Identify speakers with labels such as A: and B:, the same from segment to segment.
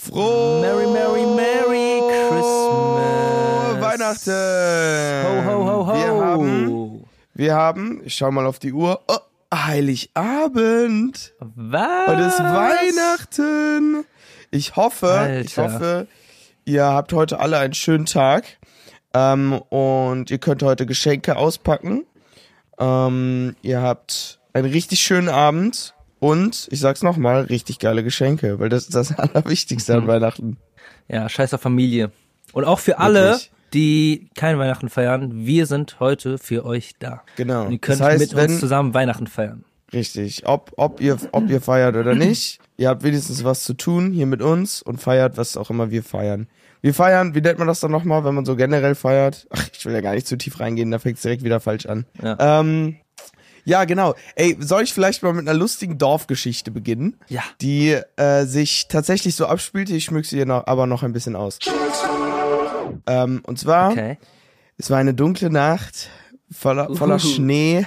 A: Frohe
B: Merry, Merry, Merry Christmas.
A: Weihnachten.
B: Ho, ho, ho, ho.
A: Wir haben, wir haben, ich schau mal auf die Uhr, oh, Heiligabend.
B: Was?
A: Heute ist Weihnachten. Ich hoffe, ich
B: Alter.
A: hoffe, ihr habt heute alle einen schönen Tag. Ähm, und ihr könnt heute Geschenke auspacken. Ähm, ihr habt einen richtig schönen Abend. Und ich sag's nochmal, richtig geile Geschenke, weil das ist das Allerwichtigste
B: Hm.
A: an Weihnachten.
B: Ja, scheiß auf Familie. Und auch für alle,
A: Wirklich.
B: die kein Weihnachten feiern, wir sind heute für euch da.
A: Genau.
B: Und ihr könnt
A: Das heißt,
B: mit
A: wenn-
B: uns zusammen Weihnachten feiern.
A: Richtig. Ob, ob, ihr, ob ihr feiert oder nicht, ihr habt wenigstens was zu tun hier mit uns und feiert, was auch immer wir feiern. Wir feiern, wie nennt man das dann nochmal, wenn man so generell feiert? Ach, ich will ja gar nicht zu tief reingehen, da fängt es direkt wieder falsch an.
B: Ja.
A: Ähm, ja, genau. Ey, soll ich vielleicht mal mit einer lustigen Dorfgeschichte beginnen?
B: Ja.
A: Die äh, sich tatsächlich so abspielte, ich schmück sie hier noch, aber noch ein bisschen aus. Ähm, und zwar,
B: Okay.
A: es war eine dunkle Nacht, voller, voller
B: Uhuhu.
A: Schnee.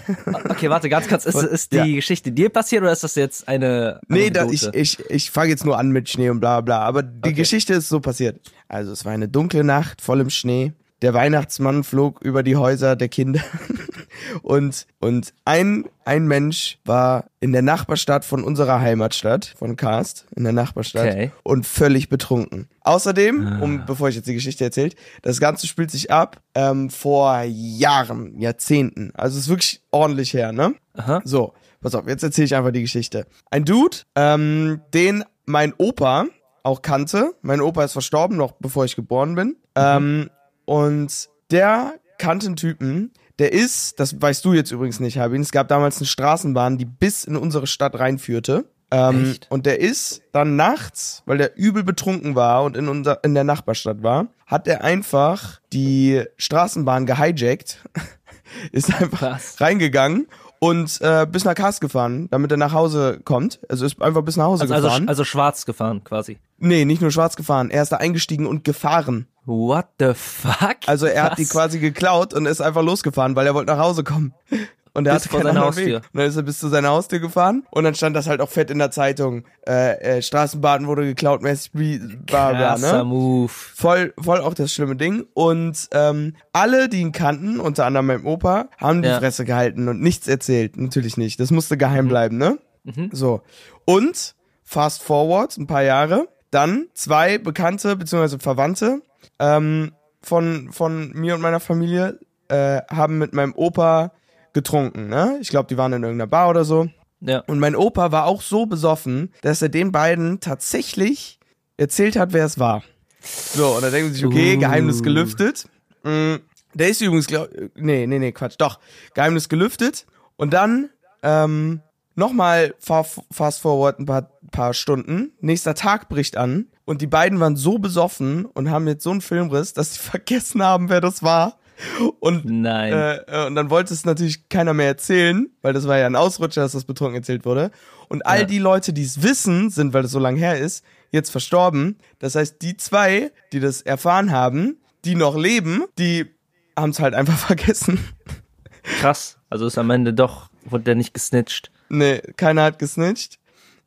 B: Okay, warte, ganz kurz. Ist, ist die
A: Ja.
B: Geschichte dir passiert oder ist das jetzt eine.
A: Nee, da, ich,
B: Anekdote?
A: ich, ich fange jetzt nur an mit Schnee und bla bla. Aber die
B: Okay.
A: Geschichte ist so passiert. Also es war eine dunkle Nacht, voll im Schnee. Der Weihnachtsmann flog über die Häuser der Kinder. Und, und ein, ein Mensch war in der Nachbarstadt von unserer Heimatstadt, von Karst, in der Nachbarstadt,
B: Okay. Ah.
A: und völlig betrunken. Außerdem, um, bevor ich jetzt die Geschichte erzählt, das Ganze spielt sich ab ähm, vor Jahren, Jahrzehnten. Also es ist wirklich ordentlich her, ne?
B: Aha.
A: So, pass auf, jetzt erzähle ich einfach die Geschichte. Ein Dude, ähm, den mein Opa auch kannte. Mein Opa ist verstorben, noch bevor ich geboren bin. Ähm, und der kannte einen Typen, der ist, das weißt du jetzt übrigens nicht, Habin, es gab damals eine Straßenbahn, die bis in unsere Stadt reinführte. Ähm,
B: Echt?
A: und der ist dann nachts, weil der übel betrunken war und in, unser, in der Nachbarstadt war, hat er einfach die Straßenbahn gehijackt, ist einfach
B: Was?
A: reingegangen und äh, bis nach Kars gefahren, damit er nach Hause kommt. Also ist einfach bis nach Hause
B: Also, also,
A: gefahren.
B: also schwarz gefahren quasi.
A: nee, nicht nur schwarz gefahren. Er ist da eingestiegen und gefahren.
B: What the fuck?
A: Also er hat die
B: Was?
A: quasi geklaut und ist einfach losgefahren, weil er wollte nach Hause kommen. Und er
B: Bis
A: hatte
B: vor
A: keinen
B: seiner
A: anderen Weg.
B: Haustür.
A: Und dann ist er bis zu seiner Haustür gefahren und dann stand das halt auch fett in der Zeitung. Äh, äh, Straßenbahn wurde geklaut, mäßig bla bla,
B: Krasser
A: ne?
B: Move.
A: voll, voll auch das schlimme Ding. Und ähm, alle, die ihn kannten, unter anderem mein Opa, haben die
B: Ja.
A: Fresse gehalten und nichts erzählt. Natürlich nicht. Das musste geheim bleiben, ne? So. Und fast forward, ein paar Jahre, dann zwei Bekannte bzw. Verwandte ähm, von, von mir und meiner Familie äh, haben mit meinem Opa getrunken, ne? Ich glaube, die waren in irgendeiner Bar oder so.
B: Ja.
A: Und mein Opa war auch so besoffen, dass er den beiden tatsächlich erzählt hat, wer es war. So, und da denken sie sich, okay,
B: Uh.
A: Geheimnis gelüftet. Mm, Der ist übrigens, glaub, nee, nee, nee, Quatsch, doch. Geheimnis gelüftet. Und dann, ähm, nochmal fa- fast forward ein paar, paar Stunden. Nächster Tag bricht an. Und die beiden waren so besoffen und haben jetzt so einen Filmriss, dass sie vergessen haben, wer das war. Und
B: Nein.
A: äh, äh, und dann wollte es natürlich keiner mehr erzählen, weil das war ja ein Ausrutscher, dass das betrunken erzählt wurde. Und all
B: Ja.
A: die Leute, die es wissen, sind, weil das so lange her ist, jetzt verstorben. Das heißt, die zwei, die das erfahren haben, die noch leben, die haben es halt einfach vergessen.
B: Krass. Also ist am Ende doch, wurde der nicht gesnitcht.
A: Nee, keiner hat gesnitcht.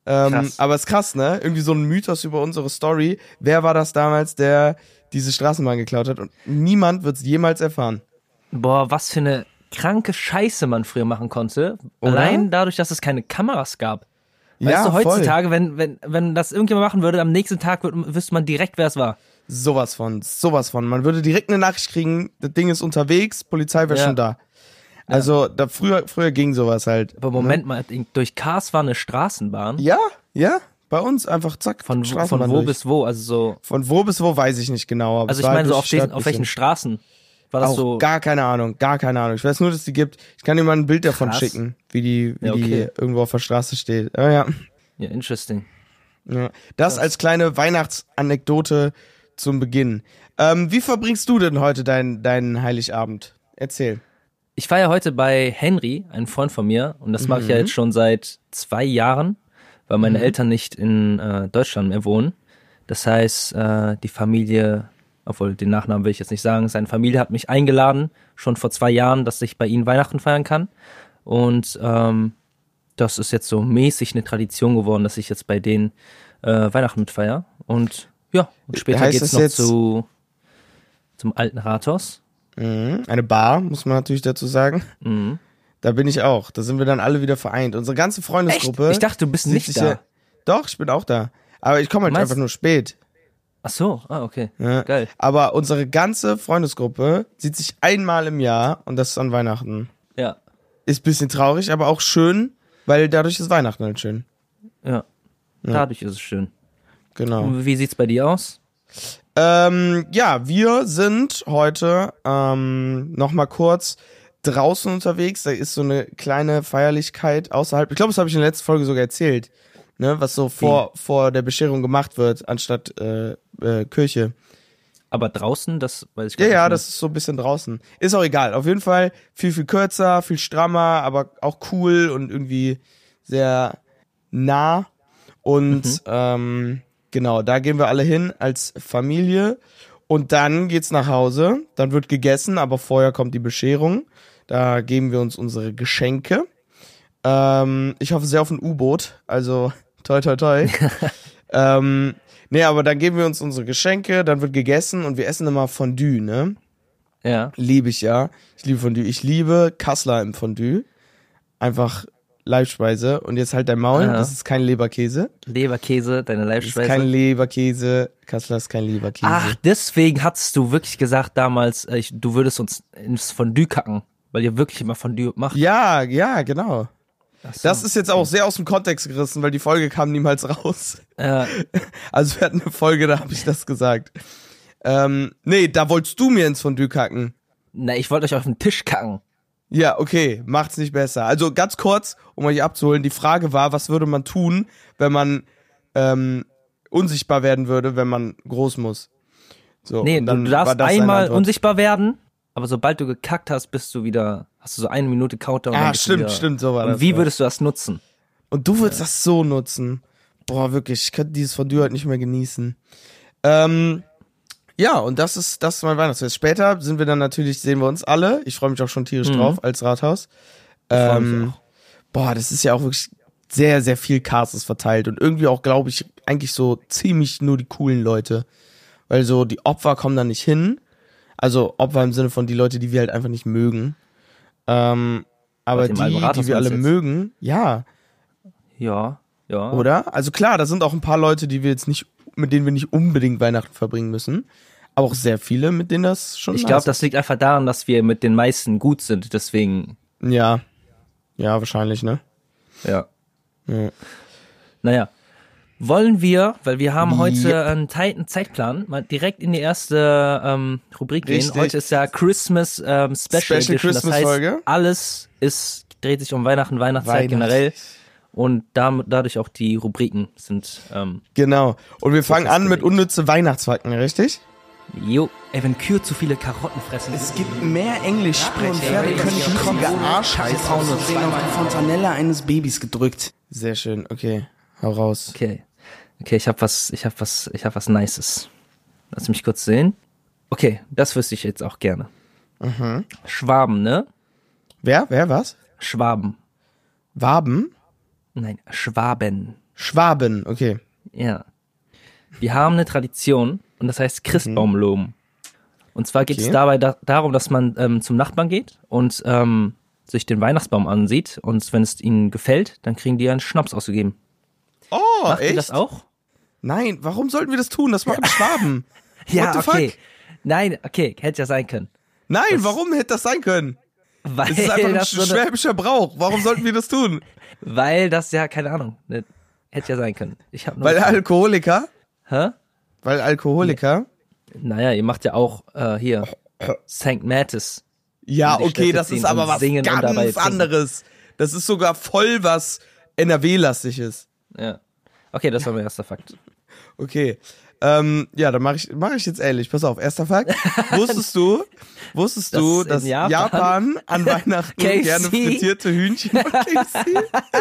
A: Ähm,
B: Krass.
A: aber ist krass, ne? Irgendwie so ein Mythos über unsere Story. Wer war das damals, der diese Straßenbahn geklaut hat? Und niemand wird es jemals erfahren.
B: Boah, was für eine kranke Scheiße man früher machen konnte.
A: Oder?
B: Allein dadurch, dass es keine Kameras gab. Weißt du, heutzutage, wenn, wenn, wenn das irgendjemand machen würde, am nächsten Tag wird, wüsste man direkt, wer es war.
A: Sowas von, sowas von. Man würde direkt eine Nachricht kriegen, das Ding ist unterwegs, Polizei wäre
B: Ja.
A: schon da. Also da früher, früher ging sowas halt.
B: Aber Moment mal, durch Kars war eine Straßenbahn.
A: Ja, ja, bei uns einfach zack.
B: Von, wo-
A: Straßenbahn
B: von wo
A: durch.
B: bis wo? Also so.
A: Von wo bis wo weiß ich nicht genau. Aber es
B: Also ich
A: war
B: meine so
A: durch
B: auf,
A: die Stadt
B: welchen, auf welchen
A: bisschen.
B: Straßen war das
A: Auch
B: so?
A: gar keine Ahnung, gar keine Ahnung. Ich weiß nur, dass die gibt. Ich kann dir mal ein Bild davon
B: Krass.
A: schicken, wie die, wie
B: Ja, okay.
A: die irgendwo auf der Straße steht. Ah, Ja, ja.
B: Ja, interesting.
A: ja. Das als kleine Weihnachtsanekdote zum Beginn. Ähm, wie verbringst du denn heute deinen deinen Heiligabend? Erzähl.
B: Ich war ja heute bei Henry, einem Freund von mir, und das
A: Mhm.
B: mache ich ja jetzt schon seit zwei Jahren, weil meine Eltern nicht in äh, Deutschland mehr wohnen. Das heißt, äh, die Familie, obwohl den Nachnamen will ich jetzt nicht sagen, seine Familie hat mich eingeladen, schon vor zwei Jahren, dass ich bei ihnen Weihnachten feiern kann. Und ähm, das ist jetzt so mäßig eine Tradition geworden, dass ich jetzt bei denen äh, Weihnachten mitfeier. Und Ja, und später
A: Heißt
B: geht's
A: das
B: noch
A: jetzt-
B: zu, zum alten Rathaus.
A: Mhm. Eine Bar, muss man natürlich dazu sagen.
B: Mhm.
A: Da bin ich auch. Da sind wir dann alle wieder vereint. Unsere ganze
B: Echt?
A: Freundesgruppe.
B: Ich dachte, du bist
A: sieht
B: nicht
A: sich
B: da.
A: ja- Doch, ich bin auch da. Aber ich komme halt
B: Meinst-
A: einfach nur spät.
B: Ach so, ah, okay.
A: Ja.
B: Geil.
A: Aber unsere ganze Freundesgruppe sieht sich einmal im Jahr und das ist an Weihnachten.
B: Ja,
A: Ist ein bisschen traurig, aber auch schön, weil dadurch ist Weihnachten halt schön.
B: ja. Dadurch ist es schön.
A: Genau.
B: Wie sieht's bei dir aus?
A: Ähm, ja, wir sind heute ähm, nochmal kurz draußen unterwegs. Da ist so eine kleine Feierlichkeit außerhalb. Ich glaube, das habe ich in der letzten Folge sogar erzählt. Ne, was so vor, vor der Bescherung gemacht wird, anstatt äh, äh, Kirche.
B: Aber draußen, das weiß ich gar
A: Ja,
B: nicht.
A: ja,
B: mehr.
A: das ist so ein bisschen draußen. Ist auch egal. Auf jeden Fall viel, viel kürzer, viel strammer, aber auch cool und irgendwie sehr nah. Und
B: Mhm.
A: ähm, genau, da gehen wir alle hin als Familie. Und dann geht's nach Hause. Dann wird gegessen, aber vorher kommt die Bescherung. Da geben wir uns unsere Geschenke. Ähm, ich hoffe sehr auf ein U-Boot. Also toi toi toi. ähm, nee, aber dann geben wir uns unsere Geschenke, dann wird gegessen und wir essen immer Fondue, ne?
B: Ja,
A: Liebe ich ja. Ich liebe Fondue. Ich liebe Kassler im Fondue. Einfach Leibspeise. Und jetzt halt dein Maul,
B: Ja.
A: das ist kein Leberkäse.
B: Leberkäse, deine
A: Das ist kein
B: Leibspeise.
A: Leberkäse. Kassler ist kein Leberkäse.
B: Ach, deswegen hattest du wirklich gesagt damals, äh, ich, du würdest uns ins Fondue kacken, weil ihr wirklich immer Fondue macht.
A: Ja, ja, genau.
B: Ach so.
A: Das ist jetzt auch sehr aus dem Kontext gerissen, weil die Folge kam niemals raus.
B: Ja,
A: Also wir hatten eine Folge, da habe ich das gesagt. Ähm, nee, da wolltest du mir ins Fondue kacken.
B: na, ich wollte euch auf den Tisch kacken.
A: Ja, okay, macht's nicht besser. Also ganz kurz, um euch abzuholen, die Frage war, was würde man tun, wenn man ähm, unsichtbar werden würde, wenn man groß muss? So,
B: Nee,
A: Oh, und
B: du,
A: dann
B: du
A: war
B: darfst
A: das seine
B: einmal
A: Antwort.
B: unsichtbar werden, aber sobald du gekackt hast, bist du wieder, hast du so eine Minute Countdown. dann
A: Ah,
B: bist du
A: stimmt,
B: wieder,
A: stimmt, so war
B: Und
A: das.
B: wie
A: ja.
B: würdest du das nutzen?
A: Und du würdest das so nutzen. Boah, wirklich, ich könnte dieses Fondue heute nicht mehr genießen. Ähm, ja, und das ist das ist mein Weihnachtsfest. Später sind wir dann natürlich, sehen wir uns alle. Ich freue mich auch schon tierisch
B: Mhm.
A: drauf als Rathaus.
B: freu mich
A: Ähm, boah, das ist ja auch wirklich sehr, sehr viel Castes verteilt und irgendwie auch, glaube ich, eigentlich so ziemlich nur die coolen Leute. Weil so die Opfer kommen da nicht hin. Also Opfer im Sinne von die Leute, die wir halt einfach nicht mögen. Ähm, aber
B: Warte,
A: die,
B: im Alten Rathaus
A: die wir alle
B: meinst du jetzt?
A: mögen, ja,
B: Ja, ja.
A: oder? Also klar, da sind auch ein paar Leute, die wir jetzt nicht, mit denen wir nicht unbedingt Weihnachten verbringen müssen. Aber auch sehr viele, mit denen das schon.
B: ich glaube,
A: nice-
B: das liegt einfach daran, dass wir mit den meisten gut sind, deswegen,
A: Ja. Ja, wahrscheinlich, ne?
B: ja.
A: Ja.
B: Naja. Wollen wir, weil wir haben heute
A: Yep.
B: einen tighten Zeitplan, mal direkt in die erste ähm, Rubrik
A: Richtig.
B: gehen. Heute ist ja Christmas ähm, Special,
A: Special
B: Edition. das heißt,
A: Christmas-Folge.
B: alles ist, dreht sich um Weihnachten, Weihnachtszeit generell. Und damit, dadurch auch die Rubriken sind, ähm,
A: Genau. Und wir fangen
B: ist
A: an mit
B: gelegt.
A: unnütze Weihnachtsfakten, richtig?
B: jo. Ey, wenn Kühe zu viele Karotten fressen, ist
C: gibt mehr Englischsprechende. Pferde können schmutzige Arschheiß aussehen auf die Fontanelle eines Babys gedrückt.
A: Sehr schön, okay. Hau raus.
B: Okay. Okay, ich hab was, ich hab was, ich hab was Nices. Lass mich kurz sehen. Okay, das wüsste ich jetzt auch gerne.
A: Mhm.
B: Schwaben, ne?
A: Wer? Wer? Was?
B: Schwaben.
A: Waben?
B: Nein, Schwaben.
A: Schwaben, okay.
B: Ja. Wir haben eine Tradition und das heißt Christbaumloben. Und zwar geht es
A: Mhm. Okay.
B: dabei da darum, dass man ähm, zum Nachbarn geht und ähm, sich den Weihnachtsbaum ansieht und wenn es ihnen gefällt, dann kriegen die einen Schnaps ausgegeben.
A: Oh,
B: Macht
A: echt?
B: ihr das auch?
A: Nein, warum sollten wir das tun? Das machen Schwaben.
B: Ja,
A: What the
B: okay.
A: fuck?
B: Nein, okay, hätte ja sein können.
A: Nein, warum hätte das sein können?
B: Weil
A: Es ist einfach ein
B: das so eine-
A: schwäbischer Brauch. Warum sollten wir das tun?
B: Weil das ja, keine Ahnung, ne, hätte ja sein können. Ich hab nur
A: Weil Alkoholiker?
B: Hä?
A: Weil Alkoholiker?
B: Naja, ihr macht ja auch äh, hier St. Mattis.
A: Ja,
B: in die
A: okay,
B: Städte
A: das ist
B: ziehen
A: aber
B: und
A: was
B: singen und dabei
A: ganz
B: trinken.
A: anderes. Das ist sogar voll was NRW-lastiges.
B: Ja. Okay, das war mein erster Fakt.
A: Okay. Ähm, ja, dann mache ich, mach ich jetzt ehrlich. Pass auf, erster Fakt. Wusstest du, wusstest
B: Das
A: du,
B: in
A: dass Japan,
B: Japan-
A: an Weihnachten
B: KFC?
A: gerne frittierte Hühnchen macht?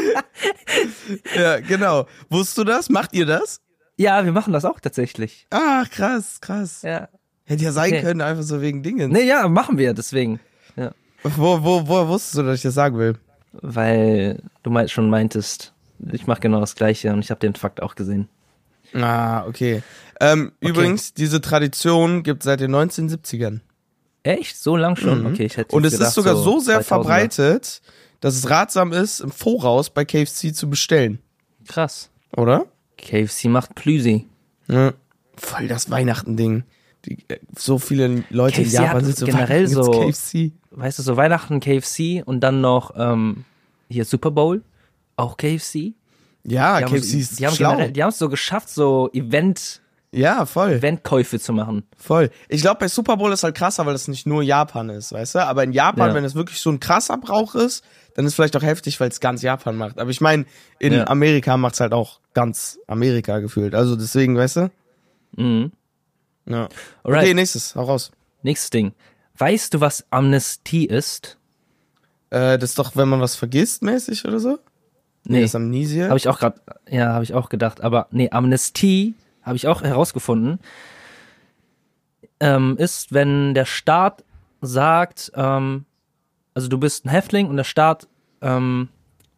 A: KFC? ja, genau. Wusstest du das? Macht ihr das?
B: Ja, wir machen das auch tatsächlich.
A: Ach, krass, krass.
B: Ja.
A: Hätte ja sein
B: Okay.
A: können, einfach so wegen Dingen.
B: Nee, ja, machen wir deswegen. Ja.
A: Wo, wo, wo wusstest du, dass ich das sagen will?
B: Weil du mei- schon meintest, ich mache genau das gleiche und ich habe den Fakt auch gesehen.
A: Ah, okay. Ähm, Übrigens, diese Tradition gibt seit den 1970ern.
B: Echt? So lang schon? Okay, ich hätte
A: Und es
B: jetzt
A: ist
B: gedacht,
A: sogar so, sehr
B: 2000er.
A: verbreitet, dass es ratsam ist, im Voraus bei KFC zu bestellen.
B: Krass.
A: Oder?
B: KFC macht Plüsi.
A: Ja. Voll das Weihnachten-Ding. Die- äh, So viele Leute in
B: KFC
A: Japan
B: hat
A: sind so
B: generell
A: Weihnachten
B: so-
A: gibt's KFC.
B: Weißt du, so Weihnachten KFC und dann noch ähm, hier Super Bowl, auch KFC.
A: Ja,
B: Die haben
A: KFC
B: so-
A: ist
B: die haben
A: schlau.
B: generell- Die haben es so geschafft, so Event,
A: ja, voll.
B: Eventkäufe zu machen.
A: Voll. Ich glaube, bei Super Bowl ist halt krasser, weil das nicht nur Japan ist, weißt du? Aber in Japan,
B: Ja.
A: wenn es wirklich so ein krasser Brauch ist, dann ist vielleicht auch heftig, weil es ganz Japan macht. Aber ich meine, in
B: Ja.
A: Amerika macht's halt auch ganz Amerika gefühlt. Also deswegen, weißt du?
B: Mhm.
A: Ja.
B: Alright,
A: Okay, nächstes, hau raus.
B: nächstes Ding. Weißt du, was Amnestie ist?
A: Äh, das ist doch, wenn man was vergisst, mäßig oder so?
B: Nee,
A: Das ist Amnesie.
B: habe ich auch gerade, ja, habe ich auch gedacht. Aber nee, Amnestie habe ich auch herausgefunden, ähm, ist, wenn der Staat sagt, ähm, also du bist ein Häftling und der Staat, ähm,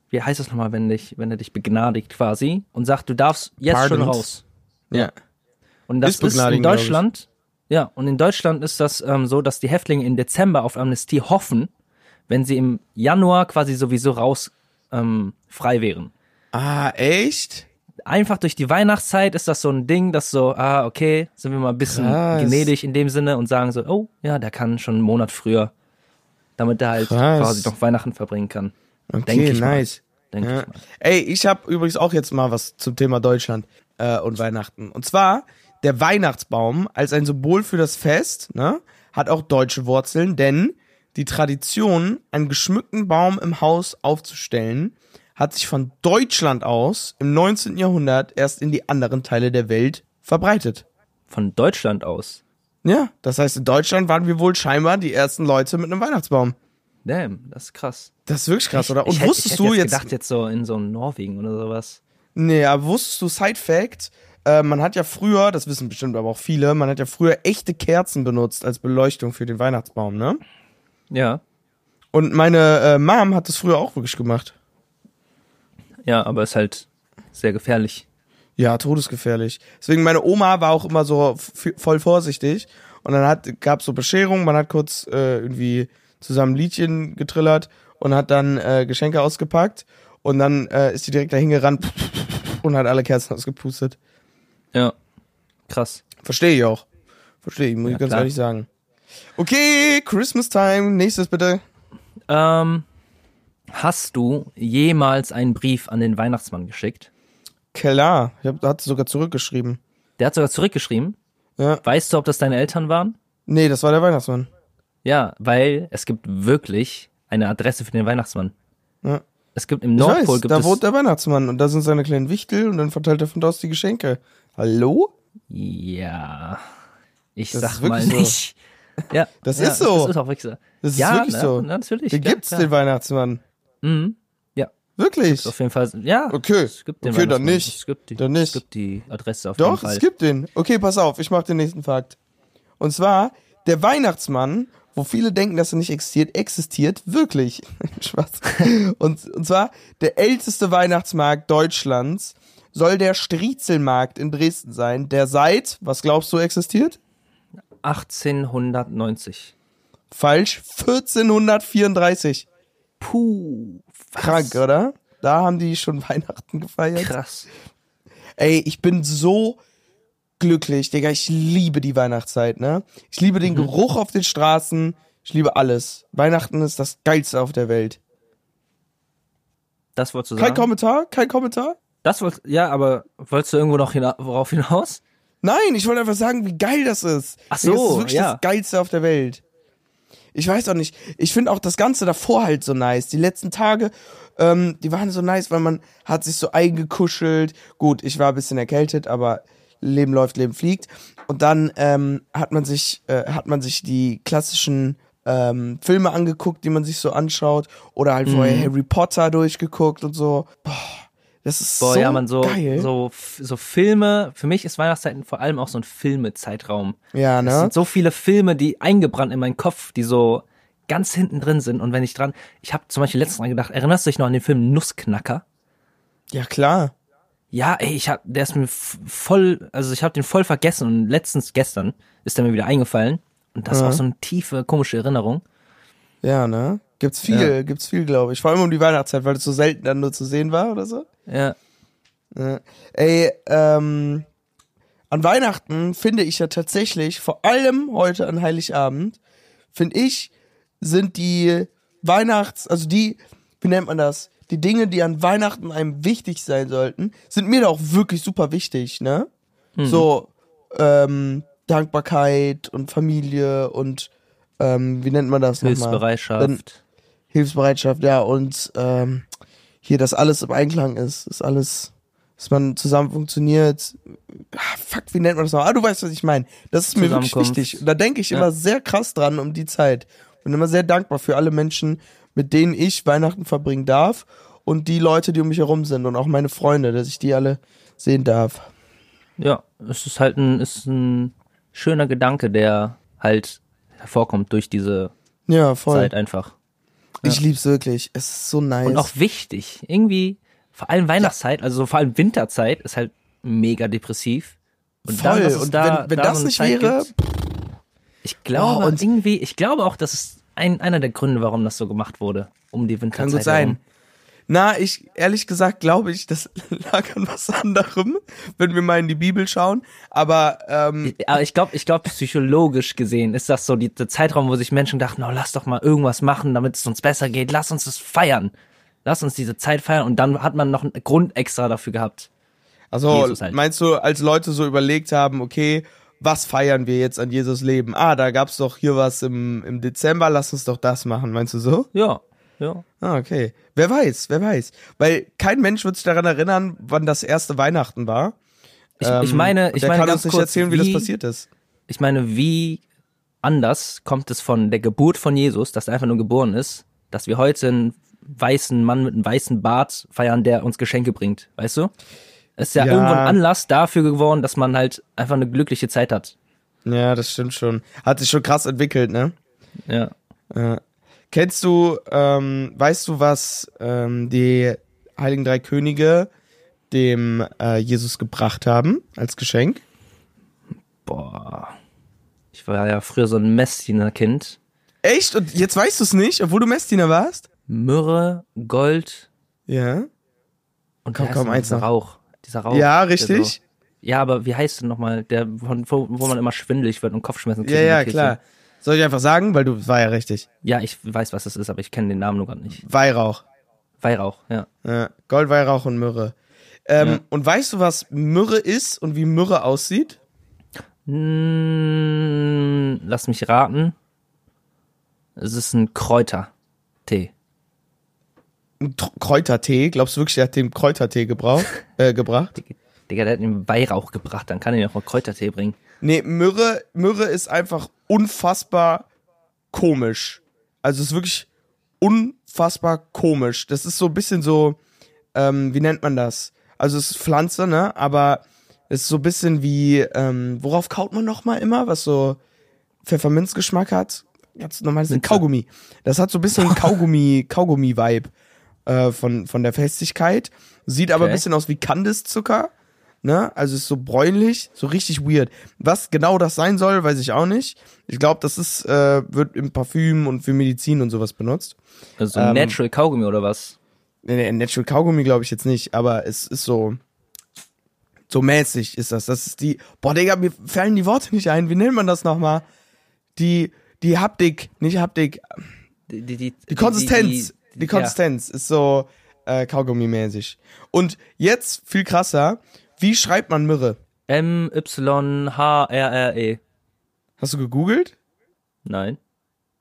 B: wie heißt das nochmal, wenn, dich, wenn er dich begnadigt quasi und sagt, du darfst jetzt schon
A: Pardoned.
B: raus.
A: ja.
B: Und das
A: Ist
B: ist,
A: begnadigen,
B: in
A: glaub ich.
B: Deutschland, ja, und in Deutschland ist das ähm, so, dass die Häftlinge im Dezember auf Amnestie hoffen, wenn sie im Januar quasi sowieso raus ähm, frei wären.
A: Ah, echt?
B: Einfach durch die Weihnachtszeit ist das so ein Ding, dass so, ah, okay, sind wir mal ein bisschen
A: Krass.
B: gnädig in dem Sinne und sagen so, oh, ja, der kann schon einen Monat früher, damit er halt
A: Krass.
B: quasi noch Weihnachten verbringen kann.
A: Okay,
B: Denk ich mal.
A: nice.
B: Denke
A: Ja.
B: ich mal.
A: Ey, ich habe übrigens auch jetzt mal was zum Thema Deutschland äh, und Weihnachten. Und zwar der Weihnachtsbaum als ein Symbol für das Fest, ne, hat auch deutsche Wurzeln, denn die Tradition, einen geschmückten Baum im Haus aufzustellen, hat sich von Deutschland aus im 19. Jahrhundert erst in die anderen Teile der Welt verbreitet.
B: Von Deutschland aus.
A: Ja, das heißt, in Deutschland waren wir wohl scheinbar die ersten Leute mit einem Weihnachtsbaum.
B: Damn, das ist krass.
A: Das ist wirklich krass, oder? Und
B: ich, hätte-
A: wusstest
B: ich hätte
A: du
B: jetzt
A: jetzt
B: gedacht, jetzt so in so Norwegen oder sowas.
A: Nee, aber wusstest du, Side Fact, äh, man hat ja früher, das wissen bestimmt aber auch viele, man hat ja früher echte Kerzen benutzt als Beleuchtung für den Weihnachtsbaum, ne?
B: Ja.
A: Und meine äh, Mom hat das früher auch wirklich gemacht.
B: Ja, aber ist halt sehr gefährlich.
A: Ja, todesgefährlich. Deswegen, meine Oma war auch immer so f- voll vorsichtig. Und dann hat, gab's so Bescherung, man hat kurz äh, irgendwie zusammen Liedchen getrillert und hat dann äh, Geschenke ausgepackt. Und dann äh, ist die direkt dahin gerannt und hat alle Kerzen ausgepustet.
B: Ja. Krass.
A: Verstehe ich auch. Verstehe ich, muss
B: Ja,
A: ich ganz
B: klar.
A: ehrlich sagen. Okay, Christmas Time. Nächstes bitte.
B: Ähm, hast du jemals einen Brief an den Weihnachtsmann geschickt?
A: Klar, ich hab, hatte sogar zurückgeschrieben.
B: Der hat sogar zurückgeschrieben.
A: Ja.
B: Weißt du, ob das deine Eltern waren?
A: Nee, das war der Weihnachtsmann.
B: Ja, weil es gibt wirklich eine Adresse für den Weihnachtsmann.
A: Ja.
B: Es gibt im
A: Ich
B: Nordpol
A: weiß,
B: gibt
A: da
B: es.
A: wohnt der Weihnachtsmann und da sind seine kleinen Wichtel und dann verteilt er von da aus die Geschenke. Hallo?
B: Ja. Ich
A: Das
B: sag
A: ist
B: mal
A: wirklich so.
B: nicht. Ja,
A: Das
B: ja,
A: ist so.
B: Das ist auch wirklich so.
A: Das ist
B: ja,
A: wirklich
B: ne?
A: so.
B: natürlich.
A: Den
B: klar,
A: gibt's
B: klar.
A: den Weihnachtsmann.
B: Mhm.
A: Wirklich?
B: Auf jeden Fall. Ja.
A: Okay.
B: Es gibt den
A: Okay, dann
B: Weihnachtsmann.
A: nicht.
B: Es gibt die,
A: Dann nicht.
B: Es gibt die Adresse auf jeden
A: Doch,
B: Fall.
A: es gibt den. Okay, pass auf, ich mach den nächsten Fakt. Und zwar, der Weihnachtsmann, wo viele denken, dass er nicht existiert, existiert wirklich. Spaß. Und, und zwar, der älteste Weihnachtsmarkt Deutschlands soll der Striezelmarkt in Dresden sein, der seit, was glaubst du, existiert?
B: 1890.
A: Falsch, 1434.
B: Puh. Was?
A: Krank, oder? Da haben die schon Weihnachten gefeiert.
B: Krass.
A: Ey, ich bin so glücklich, Digga. Ich liebe die Weihnachtszeit, ne? Ich liebe den Geruch auf den Straßen. Ich liebe alles. Weihnachten ist das Geilste auf der Welt.
B: Das wolltest du
A: Kein
B: sagen?
A: Kommentar? Kein Kommentar?
B: das wollt, ja, aber wolltest du irgendwo noch hina worauf hinaus?
A: Nein, ich wollte einfach sagen, wie geil das ist.
B: Ach
A: Digga, Das
B: so,
A: ist wirklich
B: ja.
A: das Geilste auf der Welt. Ich weiß auch nicht. Ich finde auch das Ganze davor halt so nice. Die letzten Tage, ähm, die waren so nice, weil man hat sich so eingekuschelt. Gut, ich war ein bisschen erkältet, aber Leben läuft, Leben fliegt. Und dann ähm, hat man sich, äh, hat man sich die klassischen ähm, Filme angeguckt, die man sich so anschaut. Oder
B: Mhm.
A: halt vorher Harry Potter durchgeguckt und so. Boah, das ist
B: Boah,
A: so,
B: ja, man, so,
A: geil.
B: so, f- so Filme. Für mich ist Weihnachtszeiten vor allem auch so ein Filme-Zeitraum.
A: ja,
B: Es
A: ne?
B: sind so viele Filme, die eingebrannt in meinen Kopf, die so ganz hinten drin sind. Und wenn ich dran, ich habe zum Beispiel letztens dran gedacht, erinnerst du dich noch an den Film Nussknacker?
A: Ja, klar.
B: ja, ey, ich hab, der ist mir f- voll, also ich habe den voll vergessen und letztens gestern ist er mir wieder eingefallen und das ist
A: Ja.
B: auch so eine tiefe komische Erinnerung.
A: Ja, ne? Gibt's viel,
B: Ja.
A: gibt's viel, glaube ich. Vor allem um die Weihnachtszeit, weil es so selten dann nur zu sehen war oder so.
B: Ja,
A: Ja. Ey, ähm, an Weihnachten finde ich ja tatsächlich, vor allem heute an Heiligabend, finde ich, sind die Weihnachts-, also die, wie nennt man das? Die Dinge, die an Weihnachten einem wichtig sein sollten, sind mir da auch wirklich super wichtig, ne? So, ähm, Dankbarkeit und Familie und, ähm, wie nennt man das nochmal? Dann-
B: Hilfsbereitschaft.
A: Hilfsbereitschaft, ja, und ähm, hier, dass alles im Einklang ist, ist alles, dass man zusammen funktioniert. Ah, fuck, wie nennt man das noch? Ah, du weißt, was ich meine. Das ist mir wirklich
B: Zusammenkunft.
A: wichtig. Und da denke ich
B: Ja.
A: immer sehr krass dran um die Zeit. Bin immer sehr dankbar für alle Menschen, mit denen ich Weihnachten verbringen darf und die Leute, die um mich herum sind und auch meine Freunde, dass ich die alle sehen darf.
B: Ja, es ist halt ein, ist ein schöner Gedanke, der halt hervorkommt durch diese
A: Ja, voll.
B: Zeit einfach.
A: Ich lieb's wirklich. Es ist so nice.
B: Und auch wichtig. Irgendwie, vor allem Weihnachtszeit, also vor allem Winterzeit, ist halt mega depressiv. Und
A: voll.
B: dass es
A: und
B: da-
A: wenn, wenn
B: da
A: das
B: so eine
A: nicht
B: Zeit
A: wäre,
B: gibt, ich glaube
A: Oh, und-
B: irgendwie, ich glaube auch, das ist ein, einer der Gründe, warum das so gemacht wurde, um die Winterzeit.
A: Kann gut sein.
B: Herum.
A: Na, ich, ehrlich gesagt, glaube ich, das lag an was anderem, wenn wir mal in die Bibel schauen. Aber, ähm,
B: Aber ich glaube, ich glaube, psychologisch gesehen ist das so die, der Zeitraum, wo sich Menschen dachten, oh, lass doch mal irgendwas machen, damit es uns besser geht, lass uns das feiern. Lass uns diese Zeit feiern und dann hat man noch einen Grund extra dafür gehabt.
A: also,
B: Jesus halt.
A: meinst du, als Leute so überlegt haben, okay, was feiern wir jetzt an Jesus Leben? Ah, da gab's doch hier was im, im Dezember, lass uns doch das machen, meinst du so?
B: Ja, ja.
A: Ah, okay. Wer weiß, wer weiß. Weil kein Mensch wird sich daran erinnern, wann das erste Weihnachten war. Ähm,
B: Ich, ich meine, ich
A: der
B: meine
A: kann
B: ganz
A: uns nicht
B: kurz,
A: erzählen, wie, das passiert ist.
B: Ich meine, wie anders kommt es von der Geburt von Jesus, dass er einfach nur geboren ist, dass wir heute einen weißen Mann mit einem weißen Bart feiern, der uns Geschenke bringt, weißt du? Es ist ja,
A: Ja.
B: irgendwo ein Anlass dafür geworden, dass man halt einfach eine glückliche Zeit hat.
A: Ja, das stimmt schon. Hat sich schon krass entwickelt, ne?
B: Ja.
A: Ja. Kennst du, ähm, weißt du, was ähm, die Heiligen Drei Könige dem äh, Jesus gebracht haben als Geschenk?
B: Boah. Ich war ja früher so ein Messdiener-Kind.
A: Echt? Und jetzt weißt du es nicht, obwohl du Messdiener warst?
B: Myrrhe, Gold
A: Ja.
B: und
A: Komm,
B: wie heißt
A: komm,
B: denn
A: eins
B: dieser
A: noch.
B: Rauch. Dieser Rauch.
A: Oh, Ja,
B: der
A: richtig.
B: So. Ja, aber wie heißt denn nochmal, der, von, wo, wo man immer schwindelig wird und Kopfschmerzen kriegt?
A: Ja,
B: in der
A: ja,
B: Kirche?
A: klar. Soll ich einfach sagen, weil du war ja richtig.
B: Ja, ich weiß, was das ist, aber ich kenne den Namen nur gar nicht.
A: Weihrauch.
B: Weihrauch, ja.
A: Ja. Goldweihrauch und Myrrhe. Ähm,
B: Ja.
A: Und weißt du, was Myrrhe ist und wie Myrrhe aussieht?
B: Mm, lass mich raten. Es ist ein Kräutertee.
A: Ein Tr- Kräutertee. Glaubst du wirklich, der hat dem Kräutertee gebraucht, äh, gebracht?
B: Digga, der hat den Weihrauch gebracht, dann kann er mir auch mal Kräutertee bringen.
A: Nee, Myrrhe, Myrrhe ist einfach unfassbar komisch. Also es ist wirklich unfassbar komisch. Das ist so ein bisschen so, ähm, wie nennt man das? Also es ist Pflanze, ne? Aber es ist so ein bisschen wie, ähm, worauf kaut man nochmal immer? Was so Pfefferminzgeschmack hat? Ganz normal, das ist ein Kaugummi. Das hat so ein bisschen Kaugummi, Kaugummi-Vibe äh, von, von der Festigkeit. Sieht aber ein
B: Okay.
A: bisschen aus wie Kandiszucker. Ne? Also ist so bräunlich, so richtig weird. Was genau das sein soll, weiß ich auch nicht. Ich glaube, das ist, äh, wird im Parfüm und für Medizin und sowas benutzt.
B: Also so ein Natural Kaugummi oder was?
A: Nee, nee, Natural Kaugummi glaube ich jetzt nicht, aber es ist so. So mäßig ist das. Das ist die. Boah, Digga, mir fallen die Worte nicht ein. Wie nennt man das nochmal? Die, die Haptik, nicht Haptik,
B: Die, die, die,
A: die Konsistenz. Die,
B: die-
A: Konsistenz ist so äh, Kaugummi-mäßig. Und jetzt viel krasser. Wie schreibt man Myrrhe?
B: Ja. M-Y-H-R-R-E.
A: Hast du gegoogelt?
B: E. Nein.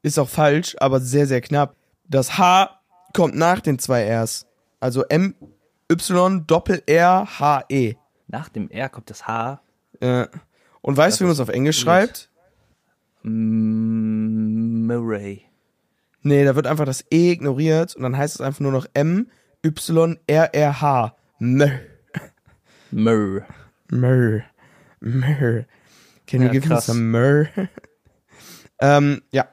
A: Ist auch falsch, aber sehr, sehr knapp. Das H kommt nach den zwei Rs. Also M, Y, Doppel R, H, E.
B: Nach dem R kommt das H.
A: Äh, und weißt du, wie man es auf Englisch schreibt?
B: M- Murray.
A: Nee, da wird einfach das E ignoriert und dann heißt es einfach nur noch M, Y, R, R, H. Mö.
B: Murr.
A: Mö. Mö. Can you
B: Ja,
A: give
B: krass.
A: me some Mö? ähm, ja,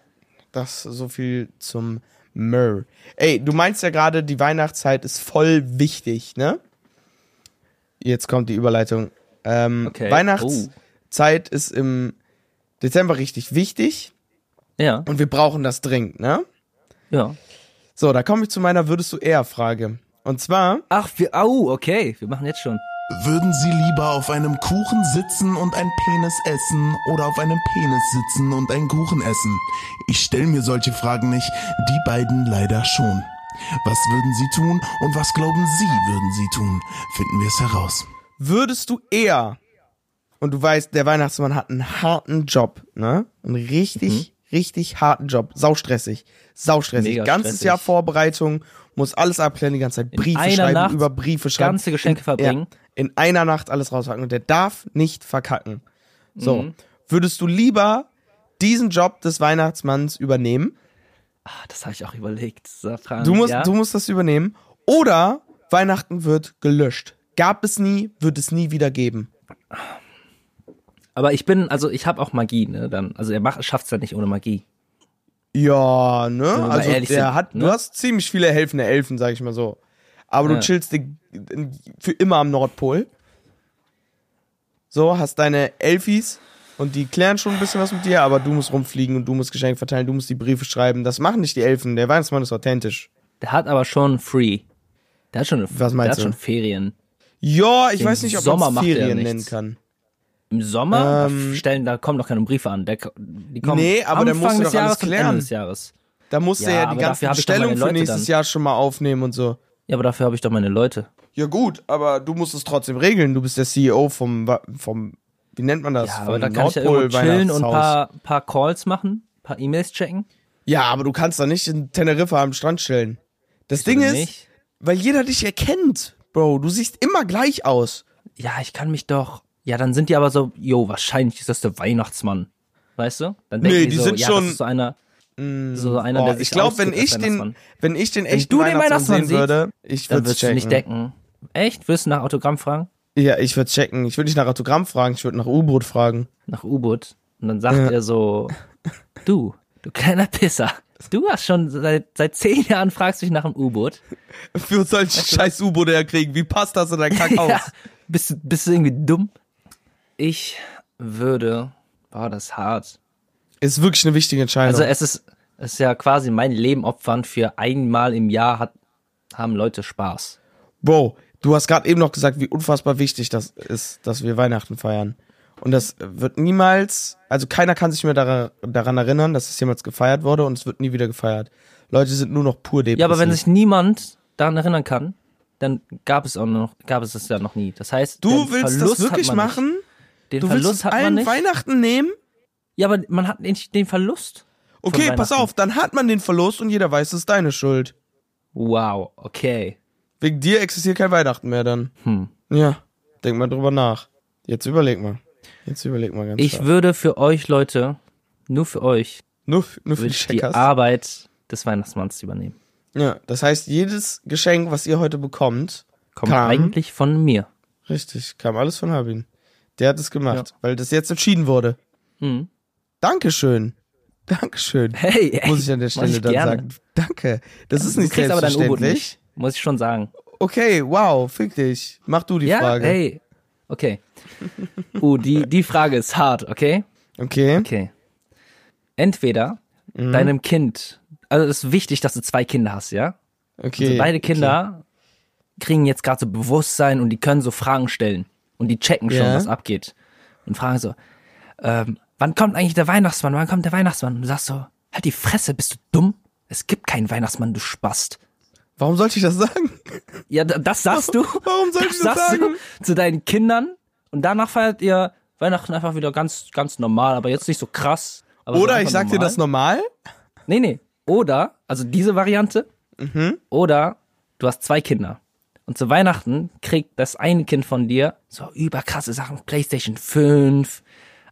A: das so viel zum Mö. Ey, du meinst ja gerade, die Weihnachtszeit ist voll wichtig, ne? Jetzt kommt die Überleitung. Ähm,
B: Okay. Oh.
A: Weihnachtszeit ist im Dezember richtig wichtig
B: Ja,
A: und wir brauchen das dringend, ne?
B: ja.
A: So, da komme ich zu meiner Würdest du eher Frage. Und zwar,
B: Ach, wir, au, okay, wir machen jetzt schon.
D: Würden Sie lieber auf einem Kuchen sitzen und ein Penis essen oder auf einem Penis sitzen und einen Kuchen essen? Ich stelle mir solche Fragen nicht, die beiden leider schon. Was würden Sie tun und was glauben Sie, würden Sie tun? Finden wir es heraus.
A: würdest du eher, und du weißt, der Weihnachtsmann hat einen harten Job, ne? Einen richtig, richtig harten Job. Saustressig. Saustressig.
B: Mhm. Mega
A: Ganzes
B: stressig.
A: Jahr Vorbereitung, muss alles abklären, die ganze Zeit Briefe
B: einer
A: schreiben,
B: Nacht
A: über Briefe schreiben.
B: Ganze Geschenke verbringen.
A: Ja, in einer Nacht alles raushacken und der darf nicht verkacken. So,
B: Mhm.
A: würdest du lieber diesen Job des Weihnachtsmanns übernehmen?
B: Ah, das habe ich auch überlegt. So, Fragen,
A: Du musst,
B: Ähm, ja?
A: du musst das übernehmen. Oder Weihnachten wird gelöscht. Gab es nie, wird es nie wieder geben.
B: Aber ich bin, also ich habe auch Magie, ne? Dann, also er macht, schafft's ja nicht ohne Magie.
A: Ja, ne?
B: wir mal
A: Also der
B: ehrlich sind,
A: hat,
B: ne?
A: du hast ziemlich viele helfende Elfen, sag ich mal so. Aber
B: Ja.
A: du chillst die- für immer am Nordpol. So, hast deine Elfis und die klären schon ein bisschen was mit dir, aber du musst rumfliegen und du musst Geschenke verteilen, du musst die Briefe schreiben. Das machen nicht die Elfen. Der Weihnachtsmann ist authentisch.
B: Der hat aber schon Free. Der hat schon,
A: Was
B: der
A: meinst
B: hat
A: du?
B: schon Ferien.
A: Ja, ich
B: Den
A: weiß nicht, ob
B: Sommer
A: man
B: macht er
A: Ferien
B: nichts.
A: nennen kann.
B: Im Sommer
A: Ähm,
B: stellen, da kommen doch keine Briefe an. Der, die kommen
A: Nee, aber
B: Anfang
A: der muss
B: des
A: doch alles
B: Jahres und
A: klären.
B: Ende des Jahres.
A: Da musst du
B: Ja,
A: ja die
B: aber
A: ganze
B: dafür hab ich doch meine
A: Bestellung für
B: Leute
A: nächstes
B: dann.
A: Jahr schon mal aufnehmen und so.
B: Ja, aber dafür habe ich doch meine Leute.
A: Ja gut, aber du musst es trotzdem regeln. Du bist der CEO vom, Wa- vom wie nennt man das?
B: Ja,
A: vom
B: aber da kann ich ja irgendwo chillen und ein
A: Weihnachtshaus.
B: paar, paar Calls machen, paar E-Mails checken.
A: Ja, aber du kannst da nicht in Teneriffa am Strand chillen. Das Ding
B: Oder
A: ist,
B: nicht?
A: weil jeder dich erkennt, Bro. Du siehst immer gleich aus.
B: ja, ich kann mich doch. Ja, dann sind die aber so, jo, wahrscheinlich ist das der Weihnachtsmann. Weißt du? Dann denken
A: Nee,
B: die
A: die
B: so,
A: sind
B: ja,
A: schon- Mm,
B: das ist so einer, so einer,
A: Boah,
B: der sich
A: ich glaube, wenn
B: ausgibt als
A: ich den,
B: Weihnachtsmann.
A: wenn ich den echten
B: du den
A: Weihnachtsmann,
B: Weihnachtsmann
A: sehen
B: siehst,
A: würde, ich
B: dann
A: würde
B: würdest du
A: checken.
B: nicht denken. Echt? Würdest du nach Autogramm fragen?
A: Ja, ich würde checken. Ich würde nicht nach Autogramm fragen. Ich würde nach U-Boot fragen.
B: Nach U-Boot? Und dann sagt er so, du, du kleiner Pisser. Du hast schon seit, seit zehn Jahren fragst dich nach dem U-Boot.
A: Für solche scheiß U-Boote herkriegen. Wie passt das in dein Kack
B: Ja,
A: aus?
B: bist, du- bist du irgendwie dumm? Ich würde, war das hart.
A: Ist wirklich eine wichtige Entscheidung.
B: Also es ist, es ist ja quasi mein Leben opfern für einmal im Jahr hat, haben Leute Spaß.
A: Bro, du hast gerade eben noch gesagt, wie unfassbar wichtig das ist, dass wir Weihnachten feiern. Und das wird niemals, also keiner kann sich mehr daran, daran erinnern, dass es jemals gefeiert wurde und es wird nie wieder gefeiert. Leute sind nur noch pur depressiv.
B: Ja, aber wenn sich niemand daran erinnern kann, dann gab es auch noch, gab es es ja noch nie. Das heißt,
A: du
B: den
A: willst
B: Verlust
A: das wirklich
B: hat man
A: machen?
B: Nicht. Den
A: Du willst
B: Verlust
A: es
B: hat man
A: allen
B: nicht.
A: Weihnachten nehmen?
B: ja, aber man hat nicht den Verlust. von
A: Okay, pass
B: Weihnachten.
A: auf, dann hat man den Verlust und jeder weiß, es ist deine Schuld.
B: Wow, okay.
A: Wegen dir existiert kein Weihnachten mehr dann. Hm. Ja, denk mal drüber nach. Jetzt überleg mal. Jetzt überleg mal ganz
B: Ich
A: stark.
B: würde für euch Leute, nur für euch,
A: Nur, nur für
B: würde
A: die
B: ich die
A: Checkers.
B: Arbeit des Weihnachtsmanns übernehmen.
A: Ja, das heißt, jedes Geschenk, was ihr heute bekommt,
B: Kommt
A: Kam.
B: eigentlich von mir.
A: richtig, kam alles von Harbin. Der hat es gemacht, weil das jetzt entschieden wurde.
B: Mhm.
A: Dankeschön. Dankeschön.
B: Hey, ey,
A: muss ich an der
B: mach
A: Stelle
B: ich
A: dann
B: gerne.
A: sagen. Danke. Das ist
B: Du
A: nicht
B: kriegst aber dein U-Boot
A: selbstverständlich.
B: nicht, muss ich schon sagen.
A: Okay, wow, fick dich. Mach du die
B: ja,
A: Frage.
B: hey. Okay. Uh, die, die Frage ist hart, okay?
A: Okay.
B: Okay. Entweder
A: Mhm.
B: deinem Kind, also es ist wichtig, dass du zwei Kinder hast, ja?
A: Okay.
B: Also beide Kinder kriegen jetzt gerade so Bewusstsein und die können so Fragen stellen. Und die checken schon,
A: Ja.
B: was abgeht. Und fragen so, ähm, wann kommt eigentlich der Weihnachtsmann? Wann kommt der Weihnachtsmann? Und du sagst so, halt die Fresse, bist du dumm? Es gibt keinen Weihnachtsmann, du Spast.
A: Warum sollte ich das sagen?
B: Ja, da- das sagst du.
A: Warum soll ich das
B: sagst
A: sagen?
B: Du zu deinen Kindern und danach feiert ihr Weihnachten einfach wieder ganz, ganz normal, aber jetzt nicht so krass. Aber so
A: Oder
B: einfach
A: ich sag dir
B: normal.
A: das normal?
B: Nee, nee. Oder, also diese Variante,
A: Mhm.
B: oder du hast zwei Kinder. Und zu Weihnachten kriegt das eine Kind von dir so überkrasse Sachen. PlayStation 5,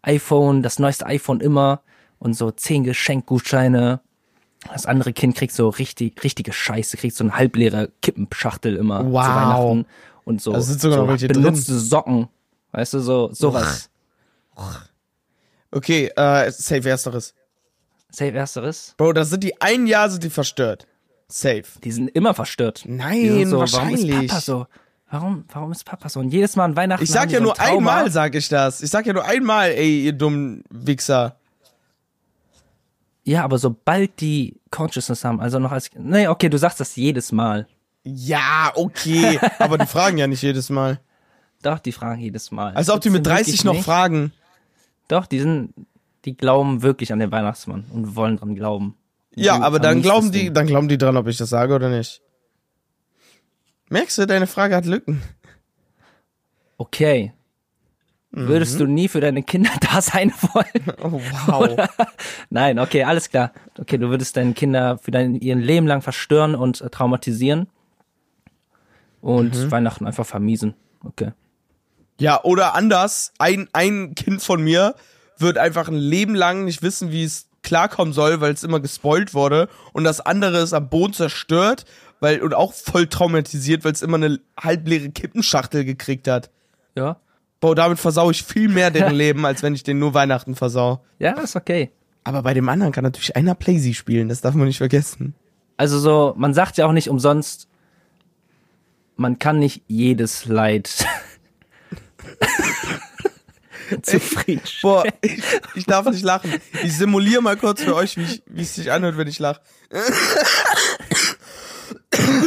B: iPhone, das neueste iPhone immer und so zehn Geschenkgutscheine. Das andere Kind kriegt so richtig, richtige Scheiße, kriegt so eine halbleere Kippenschachtel immer
A: Wow.
B: zu Weihnachten. Und so,
A: Da sind sogar
B: so
A: noch welche
B: benutzte Socken. Weißt du, so, sowas.
A: Okay, äh, safe ersteres.
B: Safe ersteres.
A: Bro, das sind die ein Jahr sind die verstört. Safe.
B: Die sind immer verstört.
A: Nein,
B: Die sind so, Warum
A: wahrscheinlich.
B: ist Papa so? Warum, warum ist Papa so? Und jedes Mal an Weihnachten.
A: Ich sag
B: haben die
A: ja
B: so ein
A: nur
B: Trauma.
A: einmal, sag ich das. Ich sag ja nur einmal, ey, ihr dummen Wichser.
B: Ja, aber sobald die Consciousness haben, also noch als. Nee, okay, du sagst das jedes Mal.
A: Ja, okay. Aber die fragen ja nicht jedes Mal.
B: Doch, die fragen jedes Mal.
A: Als ob die mit
B: Gibt's denn
A: 30
B: wirklich
A: noch
B: nicht?
A: fragen.
B: Doch, die sind. Die glauben wirklich an den Weihnachtsmann und wollen dran glauben.
A: Ja,
B: Du
A: aber dann
B: vermisst
A: glauben
B: das
A: die,
B: Ding.
A: dann glauben die dran, ob ich das sage oder nicht. Merkst du, deine Frage hat Lücken.
B: Okay.
A: Mhm.
B: Würdest du nie für deine Kinder da sein wollen?
A: Oh, wow.
B: Nein, okay, alles klar. Okay, du würdest deine Kinder für dein ihren Leben lang verstören und äh, traumatisieren und Weihnachten einfach vermiesen. Okay.
A: ja, oder anders, ein, ein Kind von mir wird einfach ein Leben lang nicht wissen, wie es klarkommen soll, weil es immer gespoilt wurde und das andere ist am Boden zerstört, weil und auch voll traumatisiert, weil es immer eine halbleere Kippenschachtel gekriegt hat.
B: Ja.
A: Boah, damit versau ich viel mehr deren Leben, als wenn ich den nur Weihnachten versau.
B: Ja, ist okay.
A: Aber bei dem anderen kann natürlich einer Playsee spielen, das darf man nicht vergessen.
B: Also so, man sagt ja auch nicht umsonst, man kann nicht jedes Leid zufriedenstellen.
A: Boah, ich, ich darf nicht lachen. Ich simuliere mal kurz für euch, wie ich- wie es sich anhört, wenn ich lache.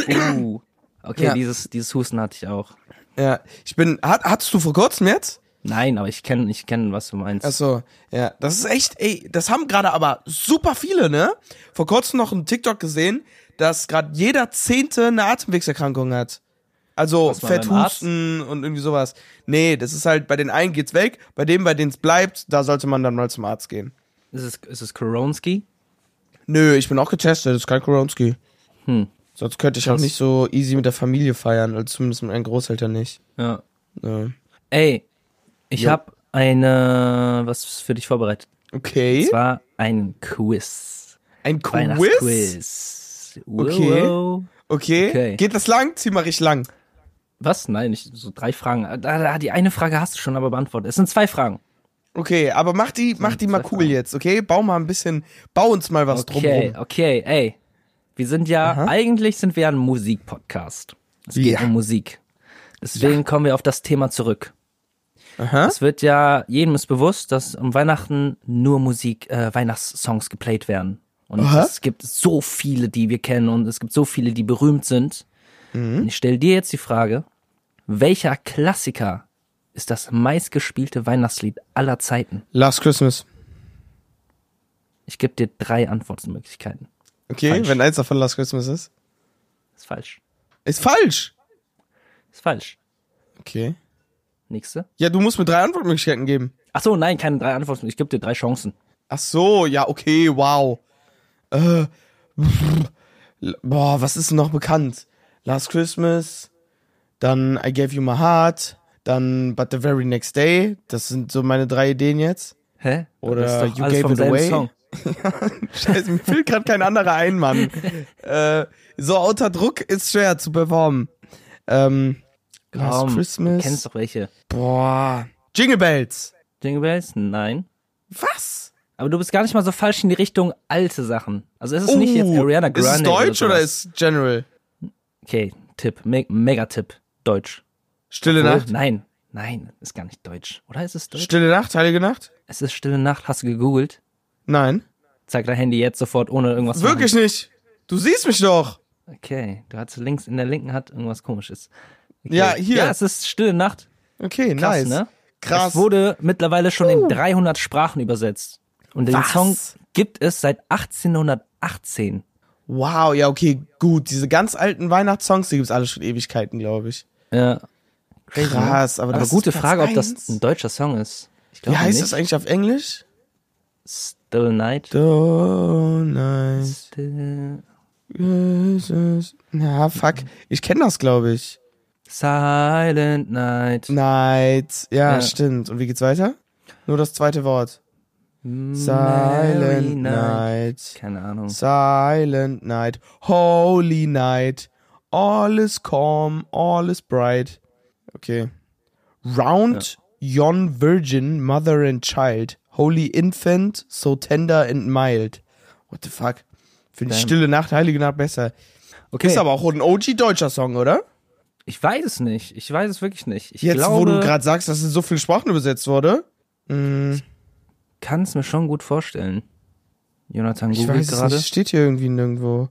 B: Uh. Okay,
A: Ja.
B: dieses, dieses Husten hatte ich auch.
A: Ja, ich bin. Hat, hattest du vor kurzem jetzt?
B: Nein, aber ich kenne, ich kenne, was du meinst.
A: Ach so, ja. Das ist echt, ey, das haben gerade aber super viele, ne? Vor kurzem noch einen TikTok gesehen, dass gerade jeder Zehnte eine Atemwegserkrankung hat. Also
B: Was, mal beim Arzt?
A: Fetthusten und irgendwie sowas. Nee, das ist halt, bei den einen geht's weg, bei dem, bei denen es bleibt, da sollte man dann mal zum Arzt gehen.
B: Ist es, ist es Koronski?
A: Nö, ich bin auch getestet, das ist kein Koronski. Hm. Sonst könnte ich auch nicht so easy mit der Familie feiern, also zumindest mit meinen Großeltern nicht.
B: Ja.
A: Ja.
B: Ey, ich habe eine, was für dich vorbereitet.
A: Okay.
B: Es war ein Quiz.
A: Ein Hm? Quiz?
B: Weihnachtsquiz.
A: Okay.
B: Wow.
A: Okay.
B: Okay.
A: Geht das lang? Zieh mal richtig lang.
B: Was? Nein, ich, so drei Fragen. Ah, ah, die eine Frage hast du schon aber beantwortet. Es sind zwei Fragen.
A: Okay, aber mach die, mach die mal
B: zwei
A: cool
B: Fragen.
A: jetzt, okay? Bau mal ein bisschen, bau uns mal was
B: Okay,
A: drumrum.
B: okay, ey. Wir sind ja, eigentlich sind wir ja ein Musikpodcast. Es geht
A: Ja.
B: um Musik. Deswegen kommen wir auf das Thema zurück.
A: Aha.
B: Es wird ja, jedem ist bewusst, dass um Weihnachten nur Musik, äh, Weihnachtssongs geplayt werden. Und
A: Aha.
B: es gibt so viele, die wir kennen und es gibt so viele, die berühmt sind.
A: Mhm.
B: Und ich stelle dir jetzt die Frage, welcher Klassiker ist das meistgespielte Weihnachtslied aller Zeiten?
A: Last Christmas.
B: Ich gebe dir drei Antwortmöglichkeiten.
A: Okay,
B: Falsch.
A: wenn eins davon Last Christmas ist.
B: Ist falsch.
A: Ist falsch.
B: Ist falsch.
A: Okay.
B: Nächste.
A: Ja, du musst mir drei Antwortmöglichkeiten geben.
B: Ach so, nein, keine drei Antworten. Ich gebe dir drei Chancen.
A: Ach so, ja, okay, wow. Äh, pff, boah, was ist denn noch bekannt? Last Christmas, dann I Gave You My Heart, dann But the Very Next Day. Das sind so meine drei Ideen jetzt.
B: Hä?
A: Oder
B: Das ist doch
A: You
B: alles
A: Gave
B: vom
A: It
B: selben
A: Away.
B: Song.
A: Scheiße, mir fehlt gerade kein anderer ein, Mann. äh, so unter Druck ist schwer zu beworben. Ähm, Last
B: Komm, Du
A: Christmas.
B: kennst doch welche.
A: Boah. Jingle Bells.
B: Jingle Bells? Nein.
A: Was?
B: Aber du bist gar nicht mal so falsch in die Richtung alte Sachen. Also es ist
A: Oh,
B: nicht jetzt Ariana Grande.
A: Ist es deutsch oder,
B: sowas.
A: ist General?
B: Okay, Tipp. Me Mega-Tipp. Deutsch.
A: Stille
B: Obwohl,
A: Nacht.
B: Nein. Nein, ist gar nicht deutsch. Oder ist es deutsch?
A: Stille Nacht, heilige Nacht?
B: es ist Stille Nacht. Hast du gegoogelt?
A: Nein.
B: Zeig dein Handy jetzt sofort, ohne irgendwas zu
A: Wirklich nicht. Du siehst mich doch.
B: machen. Okay, du hast links in der linken Hand irgendwas komisches. Okay.
A: Ja, hier.
B: Ja, es ist Stille Nacht.
A: Okay,
B: Krass,
A: nice.
B: ne?
A: Krass.
B: Es wurde mittlerweile schon in 300 Sprachen übersetzt. Und den
A: Was?
B: Song gibt es seit 1818.
A: Wow, ja, okay, gut. Diese ganz alten Weihnachtssongs, die gibt's alle schon Ewigkeiten, glaube ich.
B: Ja. Crazy,
A: Krass, aber das ist
B: gute
A: Platz
B: Frage, ob das
A: eins.
B: ein deutscher Song ist. Ich
A: Wie
B: glaube
A: heißt
B: nicht.
A: das eigentlich auf Englisch?
B: Still Night.
A: So nice.
B: Still
A: Jesus. Na, fuck. Ich kenne das, glaube ich.
B: Silent Night.
A: Night. Ja,
B: Ja.
A: stimmt. Und wie geht's weiter? Nur das zweite Wort.
B: Merry
A: Silent Night.
B: Keine Ahnung.
A: Silent Night. Holy Night. All is calm. All is bright. Okay. Round yon virgin, mother and child. Holy infant, so tender and mild. What the fuck? Finde ich
B: Damn.
A: Stille Nacht, Heilige Nacht besser.
B: Okay.
A: Ist aber auch ein OG-deutscher Song, oder?
B: Ich weiß es nicht. Ich weiß es wirklich nicht. Ich
A: Jetzt,
B: glaube,
A: wo du gerade sagst, dass in so vielen Sprachen übersetzt wurde. Mm,
B: kann es mir schon gut vorstellen. Jonathan
A: ich
B: googelt
A: weiß es
B: gerade.
A: nicht, steht hier irgendwie nirgendwo.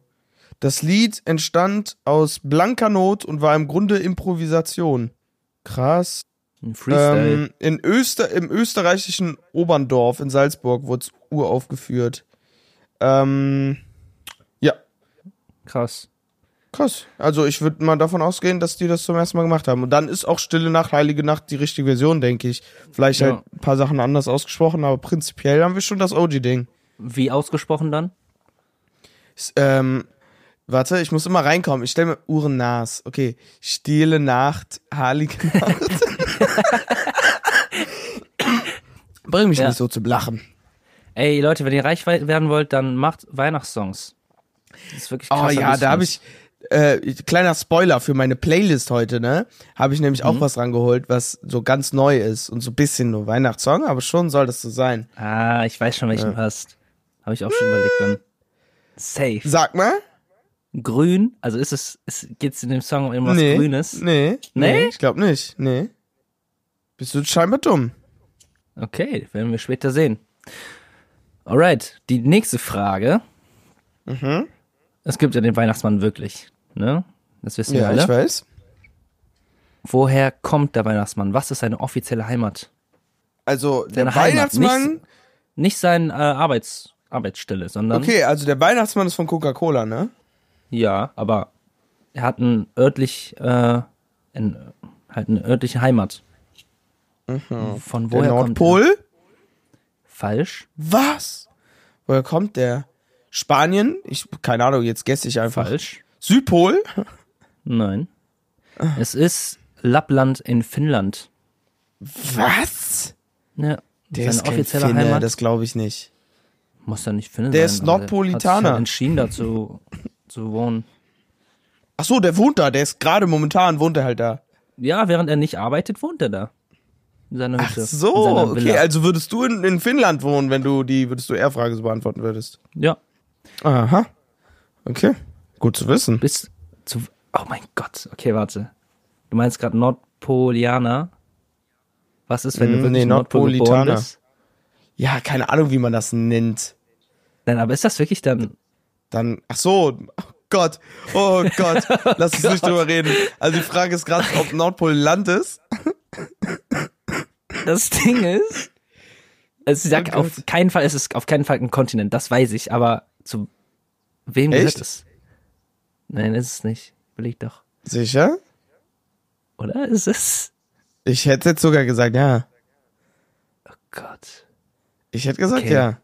A: Das Lied entstand aus blanker Not und war im Grunde Improvisation. Krass.
B: Ein Freestyle.
A: Ähm, in Öster Im österreichischen Oberndorf in Salzburg wurde es uraufgeführt. Ähm,
B: Krass.
A: krass. Also ich würde mal davon ausgehen, dass die das zum ersten Mal gemacht haben. Und dann ist auch Stille Nacht, Heilige Nacht die richtige Version, denke ich. Vielleicht
B: Ja.
A: halt ein paar Sachen anders ausgesprochen, aber prinzipiell haben wir schon das OG-Ding.
B: Wie ausgesprochen dann?
A: S- Ähm, warte, ich muss immer reinkommen. Ich stelle mir Uhren nas. Okay. Stille Nacht, heilige Nacht. Bring mich
B: Ja.
A: nicht so zu lachen.
B: Ey, Leute, wenn ihr reich wei- werden wollt, dann macht Weihnachtssongs. Das ist wirklich
A: Oh
B: krass.
A: ja, da habe ich äh, kleiner Spoiler für meine Playlist heute, ne? Habe ich nämlich
B: Mhm.
A: auch was rangeholt, was so ganz neu ist und so ein bisschen nur Weihnachtssong, aber schon soll das so sein.
B: Ah, ich weiß schon, welchen du hast. Habe ich auch schon überlegt dann. Safe.
A: Sag mal.
B: Grün, also ist es, ist, geht's in dem Song um irgendwas
A: nee,
B: Grünes?
A: Nee.
B: Nee?
A: Ich glaube nicht. Nee. Bist du scheinbar dumm?
B: Okay, werden wir später sehen. Alright, die nächste Frage.
A: Mhm.
B: Es gibt ja den Weihnachtsmann wirklich, ne? Das wissen wir
A: Ja, ich
B: alle.
A: weiß.
B: Woher kommt der Weihnachtsmann? Was ist seine offizielle Heimat?
A: Also der
B: Deine Heimat,
A: Weihnachtsmann.
B: nicht- Nicht seine äh, Arbeits, Arbeitsstelle, sondern
A: Okay, also der Weihnachtsmann ist von Coca-Cola, ne?
B: Ja, aber er hat ein örtlich, äh, ein, halt eine örtliche Heimat. Von woher
A: Mhm. der
B: kommt
A: Nordpol?
B: er? Falsch,
A: Was? Woher kommt der? Spanien? Ich keine Ahnung, jetzt gesse ich einfach.
B: falsch.
A: Südpol?
B: Nein. Es ist Lappland in Finnland.
A: Was?
B: Ja,
A: Der
B: seine
A: ist kein
B: offizielle
A: Finne,
B: Heimat
A: das glaube ich nicht.
B: muss er nicht Finne
A: der
B: sein.
A: ist
B: aber Er hat sich
A: Nordpolitaner.
B: halt entschieden, da zu, zu wohnen.
A: Ach so, der wohnt da, der ist gerade momentan wohnt er halt da.
B: Ja, während er nicht arbeitet, wohnt er da. In seiner
A: Ach
B: Hütte. in
A: so,
B: seiner
A: okay,
B: Villa.
A: also würdest du in, in Finnland wohnen, wenn du die würdest du R-Frage so beantworten würdest.
B: Ja,
A: Aha. Okay. Gut zu wissen.
B: bis zu. Oh mein Gott. Okay, warte. Du meinst gerade Nordpolianer? Was ist, wenn du
A: Mm,
B: wirklich
A: nee,
B: in Nordpol geboren
A: Nordpolitaner.
B: bist?
A: Ja, keine Ahnung, wie man das nennt.
B: Nein, aber ist das wirklich dann?
A: Dann, ach so, oh Gott, oh Gott, lass uns nicht drüber reden. Also die Frage ist gerade, ob Nordpol Land ist.
B: Das Ding ist, es ist ja
A: Oh
B: auf
A: Gott.
B: keinen Fall, es ist auf keinen Fall ein Kontinent. Das weiß ich. Aber zu wem gehört
A: Echt?
B: es? Nein, ist es nicht. Überleg doch.
A: Sicher?
B: Oder ist es?
A: Ich hätte jetzt sogar gesagt, ja.
B: Oh Gott.
A: Ich hätte gesagt,
B: Okay.
A: ja.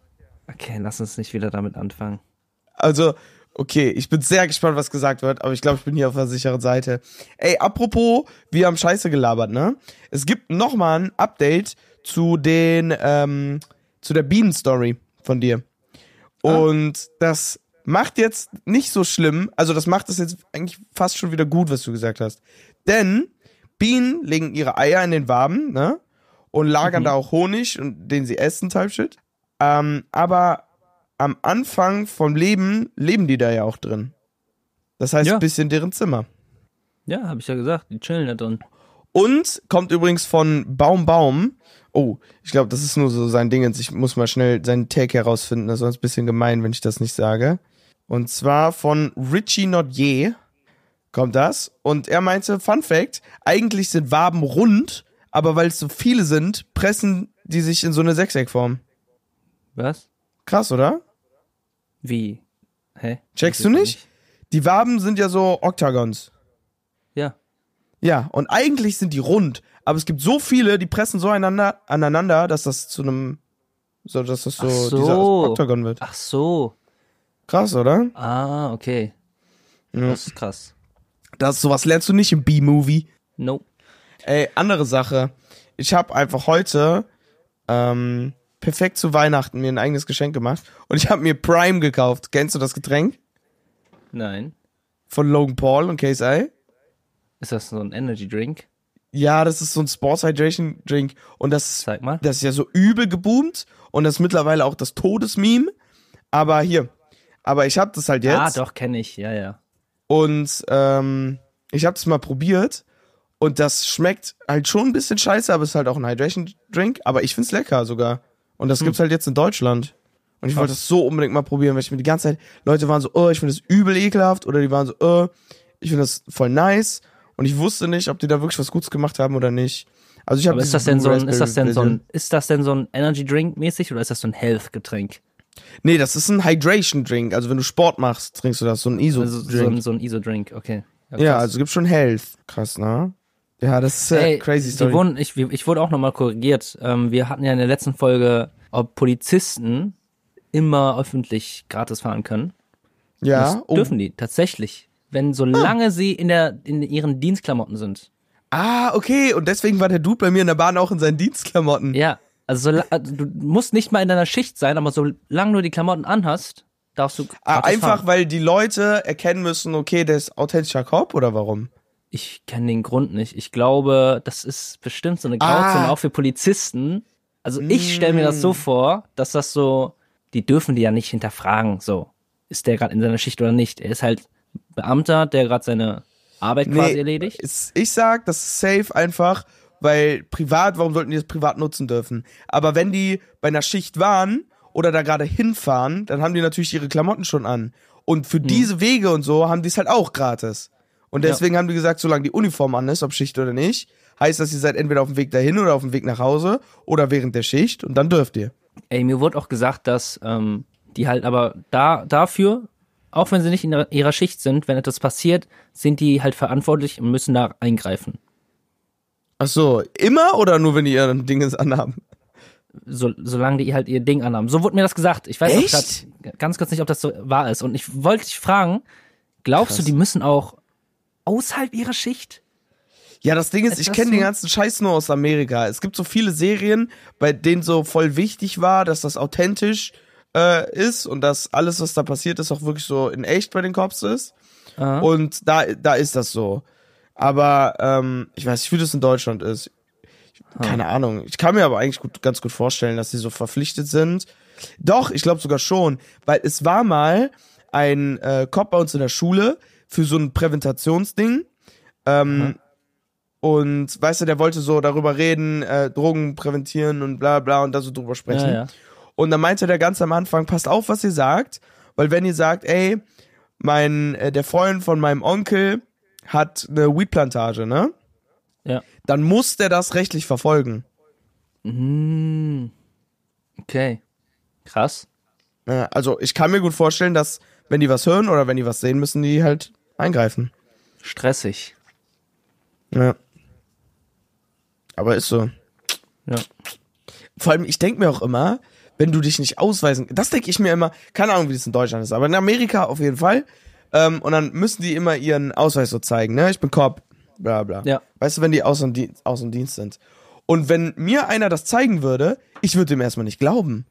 B: Okay, lass uns nicht wieder damit anfangen.
A: Also, okay, ich bin sehr gespannt, was gesagt wird, aber ich glaube, ich bin hier auf der sicheren Seite. Ey, apropos, wir haben Scheiße gelabert, ne? Es gibt nochmal ein Update zu den, ähm, zu der Bienenstory von dir. Und das macht jetzt nicht so schlimm, also das macht es jetzt eigentlich fast schon wieder gut, was du gesagt hast. Denn Bienen legen ihre Eier in den Waben, ne? Und lagern da auch Honig, und den sie essen, Type Shit. Ähm, aber am Anfang vom Leben leben die da ja auch drin. Das heißt,
B: Ja.
A: ein bisschen deren Zimmer.
B: Ja, habe ich ja gesagt. Die chillen da drin.
A: Und kommt übrigens von Baum Baum. Oh, ich glaube, das ist nur so sein Ding. Ich muss mal schnell seinen Tag herausfinden. Das ist sonst ein bisschen gemein, wenn ich das nicht sage. Und zwar von Richie Nodier kommt das. Und er meinte, Fun Fact, eigentlich sind Waben rund, aber weil es so viele sind, pressen die sich in so eine Sechseckform.
B: Was?
A: Krass, oder?
B: Wie? Hä?
A: Checkst
B: Weiß
A: du
B: ich
A: nicht? Die Waben sind ja so Oktagons.
B: Ja.
A: Ja, und eigentlich sind die rund, aber es gibt so viele, die pressen so einander, aneinander, dass das zu einem, so, dass das so,
B: Ach so.
A: dieser Oktagon wird.
B: Ach so.
A: Krass, oder?
B: Ah, okay. Das ist krass.
A: Das, sowas lernst du nicht im B-Movie.
B: No.
A: Ey, andere Sache. Ich habe einfach heute, ähm, perfekt zu Weihnachten mir ein eigenes Geschenk gemacht und ich habe mir Prime gekauft. Kennst du das Getränk?
B: Nein.
A: Von Logan Paul und KSI?
B: Ist das so ein Energy Drink?
A: Ja, das ist so ein Sports Hydration Drink und das
B: Zeig mal.
A: das ist ja so übel geboomt und das ist mittlerweile auch das Todesmeme. Aber hier, aber ich habe das halt jetzt
B: Ah, doch, kenne ich. Ja, ja.
A: und ähm, ich habe das mal probiert Und das schmeckt halt schon ein bisschen scheiße, aber es ist halt auch ein Hydration Drink. Aber ich find's lecker sogar. Und
B: Hm.
A: das gibt's halt jetzt in Deutschland. Und ich wollte das so unbedingt mal probieren, weil ich mir die ganze Zeit, Leute waren so, oh, ich finde das übel ekelhaft. Oder die waren so, oh, ich finde das voll nice. Und ich wusste nicht, ob die da wirklich was Gutes gemacht haben oder nicht. Also ich habe
B: Aber ist das denn so ein, ist das denn so ein, ist das denn so ein Energy Drink mäßig oder ist das so ein Health Getränk?
A: Nee, das ist ein Hydration Drink. Also wenn du Sport machst, trinkst du das, so ein ISO Drink.
B: Also so ein, so ein ISO Drink, okay.
A: ja,
B: krass.
A: also gibt schon Health. Krass, ne? Ja, das ist äh,
B: Ey,
A: crazy
B: die
A: Story.
B: Wurden, ich, ich wurde auch nochmal korrigiert. Ähm, wir hatten ja in der letzten Folge, ob Polizisten immer öffentlich gratis fahren können.
A: ja, oh.
B: das dürfen die tatsächlich, wenn solange sie in der in ihren Dienstklamotten sind.
A: Ah, okay. Und deswegen war der Dude bei mir in der Bahn auch in seinen Dienstklamotten.
B: Ja, also sola- also du musst nicht mal in deiner Schicht sein, aber solange du die Klamotten anhast, darfst du
A: Ah,
B: gratis
A: einfach,
B: fahren.
A: weil die Leute erkennen müssen, okay, der ist authentischer Cop oder warum?
B: Ich kenne den Grund nicht. Ich glaube, das ist bestimmt so eine Grauzone
A: Ah. Mm.
B: auch für Polizisten. Also ich stelle mir das so vor, dass das so, die dürfen die ja nicht hinterfragen, so ist der gerade in seiner Schicht oder nicht. Er ist halt Beamter, der gerade seine Arbeit quasi erledigt.
A: Ist, ich sag, das ist safe einfach, weil privat, warum sollten die das privat nutzen dürfen? Aber wenn die bei einer Schicht waren oder da gerade hinfahren, dann haben die natürlich ihre Klamotten schon an. Und
B: Hm.
A: für diese Wege und so haben die es halt auch gratis. Und deswegen haben die gesagt, solange die Uniform an ist, ob Schicht oder nicht, heißt das, ihr seid entweder auf dem Weg dahin oder auf dem Weg nach Hause oder während der Schicht und dann dürft ihr.
B: Ey, mir wurde auch gesagt, dass ähm, die halt aber da dafür, auch wenn sie nicht in ihrer- ihrer Schicht sind, wenn etwas passiert, sind die halt verantwortlich und müssen da eingreifen.
A: Ach so, immer oder nur wenn die ihren Dinges anhaben?
B: So, solange die halt ihr Ding anhaben. So wurde mir das gesagt. Ich weiß auch
A: Echt?
B: grad, ganz kurz nicht, ob das so wahr ist. Und ich wollte dich fragen, glaubst du, die müssen auch außerhalb ihrer Schicht?
A: Ja, das Ding ist, ich
B: Etwas
A: kenne den
B: so-
A: ganzen Scheiß nur aus Amerika. Es gibt so viele Serien, bei denen so voll wichtig war, dass das authentisch äh, ist und dass alles, was da passiert ist, auch wirklich so in echt bei den Cops ist. Und da, da ist das so. Aber ähm, ich weiß nicht, wie das in Deutschland ist. Ich- Keine Ahnung. Ich kann mir aber eigentlich gut, ganz gut vorstellen, dass sie so verpflichtet sind. Doch, ich glaube sogar schon, weil es war mal ein äh, Cop bei uns in der Schule für so ein Präventationsding. Ähm, Und weißt du, der wollte so darüber reden, äh, Drogen präventieren und bla bla und da so drüber sprechen.
B: Ja, ja.
A: Und dann meinte der ganz am Anfang, passt auf, was ihr sagt, weil wenn ihr sagt, ey, mein, äh, der Freund von meinem Onkel hat eine Weedplantage, ne?
B: Ja.
A: Dann muss der das rechtlich verfolgen.
B: Okay. Krass.
A: Ja, also ich kann mir gut vorstellen, dass wenn die was hören oder wenn die was sehen, müssen die halt eingreifen.
B: Stressig.
A: Ja. Aber ist so.
B: Ja.
A: Vor allem, ich denke mir auch immer, wenn du dich nicht ausweisen, das denke ich mir immer, keine Ahnung, wie das in Deutschland ist, aber in Amerika auf jeden Fall. Ähm, und dann müssen die immer ihren Ausweis so zeigen, ne? Ich bin Cop, bla bla.
B: Ja.
A: Weißt du, wenn die aus dem, Dienst, aus dem Dienst sind. Und wenn mir einer das zeigen würde, ich würde dem erstmal nicht glauben.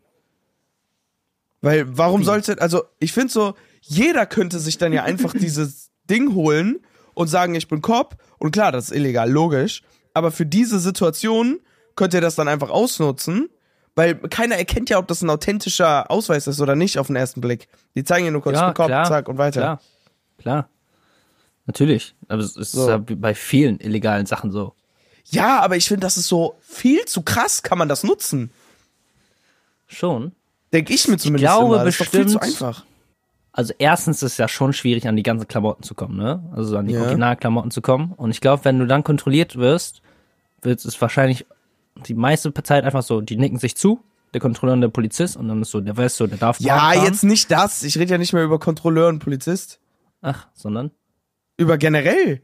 A: Weil
B: Hm.
A: warum sollte, also ich finde so, jeder könnte sich dann ja einfach dieses Ding holen und sagen, ich bin Cop. Und klar, das ist illegal, logisch. Aber für diese Situation könnt ihr das dann einfach ausnutzen, weil keiner erkennt ja, ob das ein authentischer Ausweis ist oder nicht auf den ersten Blick. Die zeigen ja nur kurz, ich
B: Ja,
A: bin Cop,
B: klar,
A: zack und weiter.
B: Klar, klar. Natürlich. Aber es ist
A: So.
B: ja bei vielen illegalen Sachen so.
A: Ja, aber ich finde, das ist so viel zu krass, kann man das nutzen.
B: Schon.
A: Denke ich mir zumindest.
B: glaube
A: immer. Das ist doch viel zu
B: bestimmt-
A: einfach.
B: Also erstens ist es ja schon schwierig, an die ganzen Klamotten zu kommen, ne? Also an die
A: Ja.
B: Originalklamotten zu kommen. Und ich glaube, wenn du dann kontrolliert wirst, wird es wahrscheinlich die meiste Zeit einfach so, die nicken sich zu, der Kontrolleur und der Polizist, und dann ist so, der weiß so, der darf
A: Ja,
B: Bahn fahren.
A: jetzt nicht das. Ich rede ja nicht mehr über Kontrolleur und Polizist.
B: Ach, sondern
A: Über generell.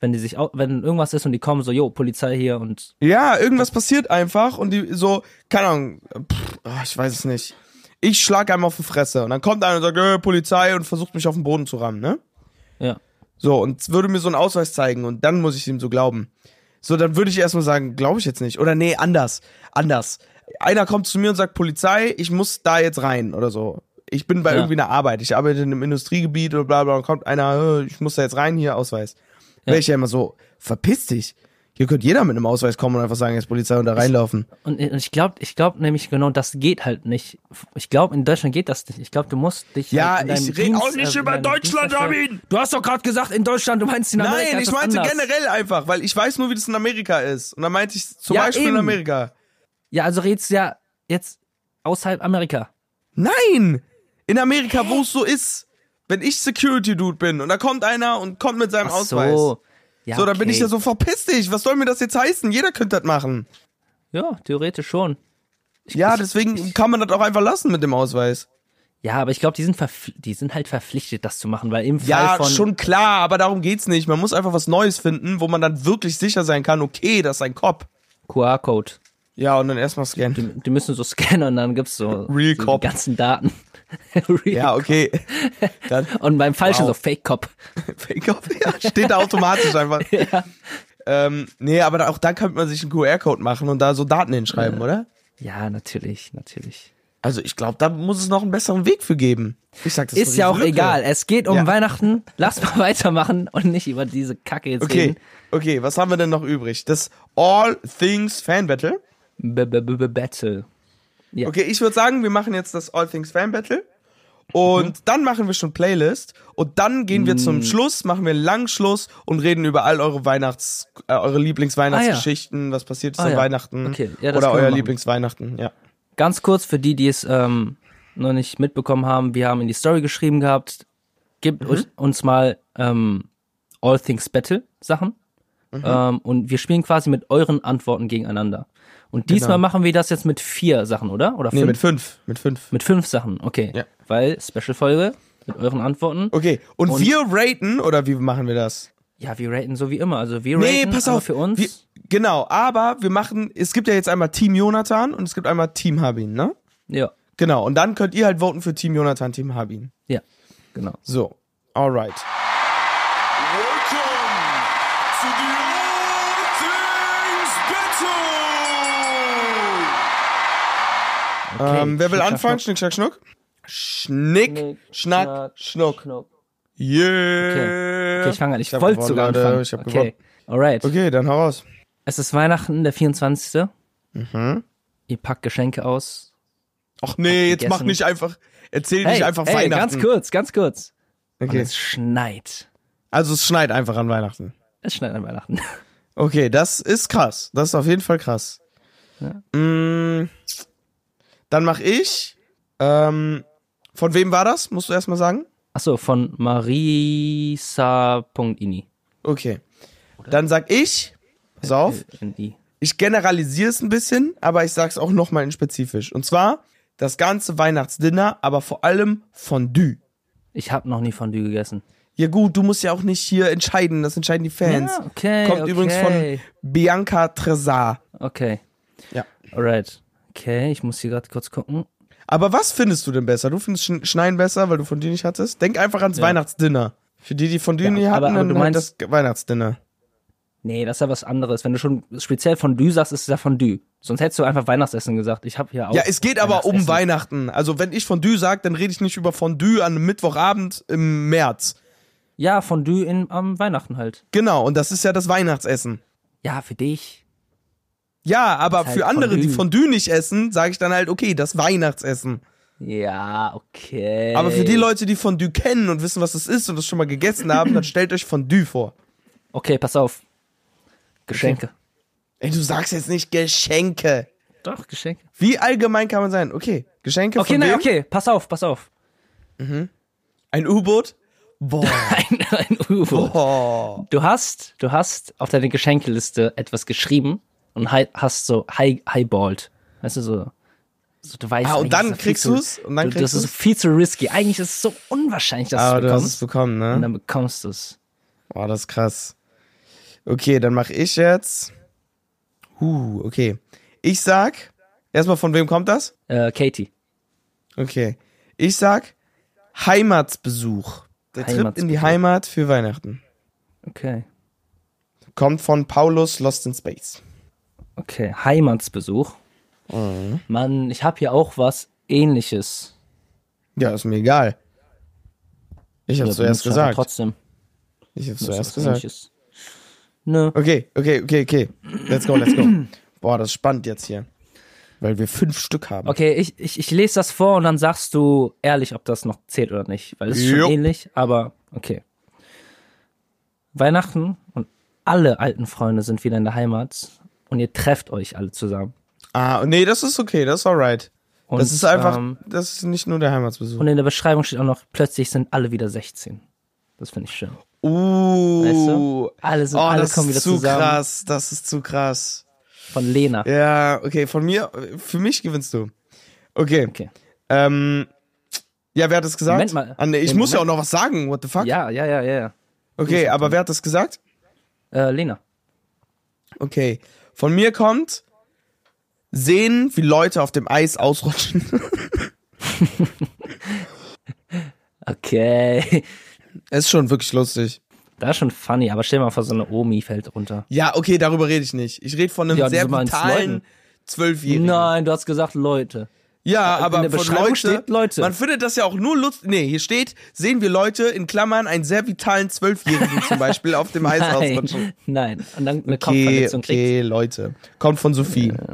B: wenn die sich, au- wenn irgendwas ist und die kommen so, jo, Polizei hier und
A: Ja, irgendwas passiert einfach und die so, keine Ahnung, pff, ah, ich weiß es nicht. Ich schlag einmal auf die Fresse und dann kommt einer und sagt, äh, Polizei und versucht mich auf den Boden zu rammen, ne?
B: ja,
A: So, und würde mir so einen Ausweis zeigen und dann muss ich ihm so glauben. So, dann würde ich erstmal sagen, glaube ich jetzt nicht. Oder nee, anders. Anders. Einer kommt zu mir und sagt, Polizei, ich muss da jetzt rein oder so. Ich bin bei
B: Ja.
A: irgendwie einer Arbeit. Ich arbeite in einem Industriegebiet oder bla bla. Und kommt einer, äh, ich muss da jetzt rein, hier Ausweis. Wäre ich ja immer so, verpiss dich. Hier könnte jeder mit einem Ausweis kommen und einfach sagen, jetzt Polizei und da reinlaufen.
B: Und, und ich glaube ich glaub nämlich genau, das geht halt nicht. Ich glaube, in Deutschland geht das nicht. Ich glaube, du musst dich.
A: Ja,
B: halt in deinem
A: ich red auch
B: Dienst-
A: nicht
B: äh, in
A: über
B: deinem
A: Deutschland,
B: Dienstleister-
A: Armin!
B: Du hast doch gerade gesagt, in Deutschland, du meinst in Amerika.
A: Nein,
B: ist
A: ich
B: das
A: meinte
B: anders.
A: generell einfach, weil ich weiß nur, wie das in Amerika ist. Und dann meinte ich zum
B: Ja,
A: Beispiel in
B: eben.
A: Amerika.
B: Ja, also redest du ja jetzt außerhalb Amerika.
A: Nein! In Amerika, wo es so ist, wenn ich Security-Dude bin und da kommt einer und kommt mit seinem
B: Ach
A: Ausweis.
B: so. Ja,
A: So, dann bin
B: okay.
A: ich ja so verpiss dich. Was soll mir das jetzt heißen? Jeder könnte das machen.
B: Ja, theoretisch schon.
A: Ja, deswegen kann man das auch einfach lassen mit dem Ausweis.
B: Ja, aber ich glaube, die, sind verpf- die sind halt verpflichtet, das zu machen, weil im Fall
A: Ja,
B: von.
A: schon klar, aber darum geht's nicht. Man muss einfach was Neues finden, wo man dann wirklich sicher sein kann, okay, das ist ein Cop.
B: QR-Code.
A: Ja, und dann erstmal scannen.
B: Die müssen so scannen und dann gibt's so,
A: Real
B: so
A: Cop.
B: die ganzen Daten. Real
A: Ja, okay. Dann
B: Und beim Falschen
A: Wow.
B: so Fake Cop.
A: Fake-Off, ja, steht da automatisch einfach. Ähm, nee, aber da, auch da könnte man sich einen QR-Code machen und da so Daten hinschreiben, oder?
B: Ja, natürlich, natürlich.
A: Also ich glaube, da muss es noch einen besseren Weg für geben. Ich sag das
B: Ist
A: eine
B: ja auch
A: Riesenlücke.
B: egal. Es geht um
A: Ja.
B: Weihnachten. Lass mal weitermachen und nicht über diese Kacke jetzt
A: Okay,
B: reden.
A: okay, was haben wir denn noch übrig? Das All Things Fan Battle.
B: B -b -b -b Battle. Ja.
A: Okay, ich würde sagen, wir machen jetzt das All Things Fan Battle. Und
B: Mhm.
A: dann machen wir schon Playlist. Und dann gehen wir
B: Mm.
A: zum Schluss, machen wir einen langen Schluss und reden über all eure Weihnachts-, äh, eure Lieblingsweihnachtsgeschichten, was passiert ist
B: Ah,
A: an
B: ja.
A: Weihnachten.
B: Okay, ja, das
A: oder
B: können wir
A: euer
B: machen.
A: Lieblingsweihnachten, ja.
B: Ganz kurz für die, die es ähm, noch nicht mitbekommen haben, wir haben in die Story geschrieben gehabt, gebt
A: Mhm.
B: uns- uns mal ähm, All Things Battle Sachen.
A: Mhm.
B: Ähm, und wir spielen quasi mit euren Antworten gegeneinander. Und diesmal machen wir das jetzt mit vier Sachen, oder? Oder fünf?
A: Genau. Nee, mit fünf. Mit fünf.
B: mit fünf Sachen, okay.
A: Ja.
B: Weil Special-Folge mit euren Antworten.
A: Okay, und,
B: Und-
A: wir raten, oder wie machen wir das?
B: Ja, wir raten so wie immer. Also wir
A: Nee,
B: raten
A: pass
B: aber
A: auf.
B: für uns.
A: Wir, genau, aber wir machen, es gibt ja jetzt einmal Team Jonathan und es gibt einmal Team Habin, ne?
B: ja,
A: Genau, und dann könnt ihr halt voten für Team Jonathan, Team Habin.
B: ja, genau.
A: So, alright.
D: Welcome to the All Things Battle!
B: Okay,
A: ähm, wer will
B: Schnick, schnack,
A: anfangen?
B: schnuck.
A: Schnick, schnack, schnuck. Schnick, schnack, schnuck. Yeah.
B: Okay, ich fange an. Ich,
A: hab
B: wollte
A: gewonnen,
B: sogar
A: Leute,
B: anfangen.
A: Ich hab
B: okay,
A: gewonnen.
B: alright.
A: Okay, dann hau raus.
B: Es ist Weihnachten, der 24.
A: Mhm.
B: Ihr packt Geschenke aus.
A: Ach nee, jetzt mach
B: Vergessen.
A: nicht einfach, erzähl nicht einfach
B: hey,
A: Weihnachten.
B: ganz kurz, ganz kurz. Und
A: Okay.
B: es schneit.
A: Also es schneit einfach an Weihnachten.
B: Es schneit an Weihnachten.
A: Okay, das ist krass. Das ist auf jeden Fall krass. Mm, dann mach ich. Ähm, von wem war das? Musst du erstmal sagen?
B: Achso, von marisa.ini.
A: Okay. Dann sag ich.
B: Äh,
A: Pass auf.
B: N-I.
A: Ich generalisiere es ein bisschen, aber ich sag's auch nochmal in spezifisch. Und zwar das ganze Weihnachtsdinner, aber vor allem Fondue.
B: Ich habe noch nie Fondue gegessen.
A: Ja gut, du musst ja auch nicht hier entscheiden, das entscheiden die Fans.
B: Ja, Ah, okay,
A: Kommt
B: okay.
A: übrigens von Bianca Tresar.
B: Okay.
A: Ja.
B: Alright. Okay, ich muss hier gerade kurz gucken.
A: Aber was findest du denn besser? Du findest Schn- Schneien besser, weil du von dir nicht hattest? Denk einfach ans Weihnachtsdinner. Für die, die von dir
B: Ja,
A: nie
B: aber-
A: hatten,
B: aber
A: dann
B: du
A: halt das
B: meinst-
A: Weihnachtsdinner.
B: Nee, das ist ja was anderes. Wenn du schon speziell Fondue sagst, ist es ja Fondue. Sonst hättest du einfach Weihnachtsessen gesagt. Ich habe hier auch.
A: Ja, es geht aber um
B: Weihnachtsessen.
A: Weihnachten. Also wenn ich Fondue sage, dann rede ich nicht über Fondue an einem Mittwochabend im März.
B: Ja, Fondue in, am Weihnachten halt.
A: Genau, und das ist ja das Weihnachtsessen.
B: Ja, für dich.
A: Ja, aber
B: Ist halt
A: für andere, die
B: Fondue.
A: Fondue nicht essen, sage ich dann halt, okay, das Weihnachtsessen.
B: Ja, okay.
A: Aber für die Leute, die Fondue kennen und wissen, was es ist und das schon mal gegessen haben, dann stellt euch Fondue vor.
B: Okay, pass auf. Geschenke.
A: Ey, du sagst jetzt nicht Geschenke.
B: Doch, Geschenke.
A: Wie allgemein kann man sein? Okay, Geschenke
B: Okay,
A: von
B: nein,
A: wem?
B: okay, pass auf, pass auf.
A: Ein U-Boot? Boah. Ah,
B: Ein, ein U-Boot.
A: Boah.
B: Du hast, du hast auf deine Geschenkeliste etwas geschrieben und hi, hast so high, highballed. Weißt du, so, so du weißt.
A: Ah, und
B: eigentlich
A: dann
B: ist das
A: kriegst
B: viel zu-
A: du's? Und dann
B: du,
A: kriegst
B: Das ist
A: du's?
B: viel zu risky. Eigentlich ist es so unwahrscheinlich, dass
A: Aber
B: du
A: du hast es
B: bekommst.
A: bekommen,
B: Und
A: ne?
B: dann bekommst du es.
A: Boah, das ist krass. Okay, dann mache ich jetzt. Huh, okay. Ich sag, erstmal von wem kommt das?
B: Äh, Katie.
A: Okay. Ich sag Heimatsbesuch. Der Trip in die
B: Heimatsbesuch.
A: Heimat für Weihnachten.
B: Okay.
A: Kommt von Paulus Lost in Space.
B: Okay. Heimatsbesuch.
A: Mhm.
B: Mann, ich habe hier auch was ähnliches.
A: Ja, ist mir egal. Ich hab's
B: Ja,
A: zuerst
B: benutzt aber
A: gesagt.
B: Trotzdem.
A: Ich hab's
B: ist
A: zuerst
B: was
A: gesagt.
B: Ähnliches. Nö.
A: Okay, okay, okay, okay. Let's go, let's go. Boah, das ist spannend jetzt hier. Weil wir fünf Stück haben.
B: Okay, ich, ich, ich lese das vor und dann sagst du ehrlich, ob das noch zählt oder nicht. Weil es ist
A: Jo.
B: schon ähnlich, aber okay. Weihnachten und alle alten Freunde sind wieder in der Heimat und ihr trefft euch alle zusammen.
A: Ah, nee, das ist okay, das ist alright.
B: Und,
A: das ist einfach,
B: ähm,
A: das ist nicht nur der Heimatsbesuch.
B: und in der Beschreibung steht auch noch, plötzlich sind alle wieder 16. Das finde ich schön.
A: Uh,
B: Weißt du? Alle, sind,
A: oh,
B: alle
A: das
B: kommen wieder
A: ist zu
B: zusammen.
A: krass, das ist zu krass.
B: Von Lena.
A: Ja, okay, von mir, für mich gewinnst du. Okay.
B: Okay.
A: Ähm, ja, wer hat das gesagt?
B: Moment mal.
A: Ah, nee, ich
B: Nee,
A: muss ja auch
B: Moment.
A: noch was sagen, what the fuck?
B: Ja, ja, ja, ja.
A: okay, aber wer hat das gesagt?
B: ja. Äh, Lena.
A: Okay. Von mir kommt sehen, wie Leute auf dem Eis ausrutschen.
B: Okay.
A: Es ist schon wirklich lustig.
B: Das ist schon funny, aber stell dir mal vor, so eine Omi fällt runter.
A: Ja, okay, darüber rede ich nicht. Ich rede von einem
B: Ja,
A: sehr
B: du meinst
A: vitalen
B: Leuten.
A: Zwölfjährigen.
B: Nein, du hast gesagt Leute.
A: Ja, aber
B: der
A: von
B: Beschreibung
A: Leute,
B: steht Leute.
A: Man findet das ja auch nur lustig. Nee, hier steht, sehen wir Leute in Klammern einen sehr vitalen Zwölfjährigen zum Beispiel auf dem Eis ausrutschen.
B: Nein, nein. Und dann eine
A: Okay,
B: Kopfverletzung
A: okay, Leute. Kommt von Sophie.
B: kriegst.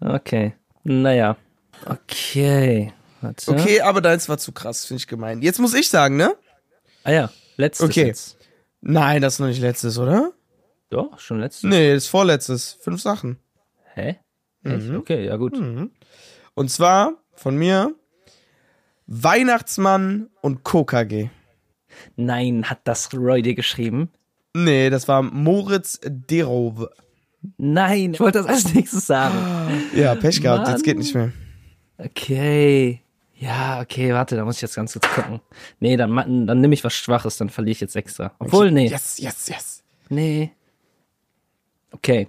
B: Okay. Naja. Okay. Warte.
A: Okay, aber deins war zu krass, finde ich gemein. Jetzt muss ich sagen, ne?
B: Ah ja, letztes
A: Okay.
B: jetzt.
A: Nein, das ist noch nicht letztes, oder?
B: Doch, schon letztes.
A: Nee, das ist vorletztes. Fünf Sachen.
B: Hä? Echt?
A: Mhm.
B: Okay, ja gut.
A: Und zwar von mir Weihnachtsmann und KKG.
B: Nein, hat das Roy dir geschrieben?
A: Nee, das war Moritz Derove.
B: Nein, ich wollte das als nächstes
A: Ah.
B: sagen.
A: Ja, Pech gehabt,
B: Mann.
A: jetzt geht nicht mehr.
B: Okay. Ja, okay, warte, da muss ich jetzt ganz kurz gucken. Nee, dann, ma- dann nehme ich was Schwaches, dann verliere ich jetzt extra. Obwohl, nee.
A: Yes, yes, yes.
B: Nee. Okay.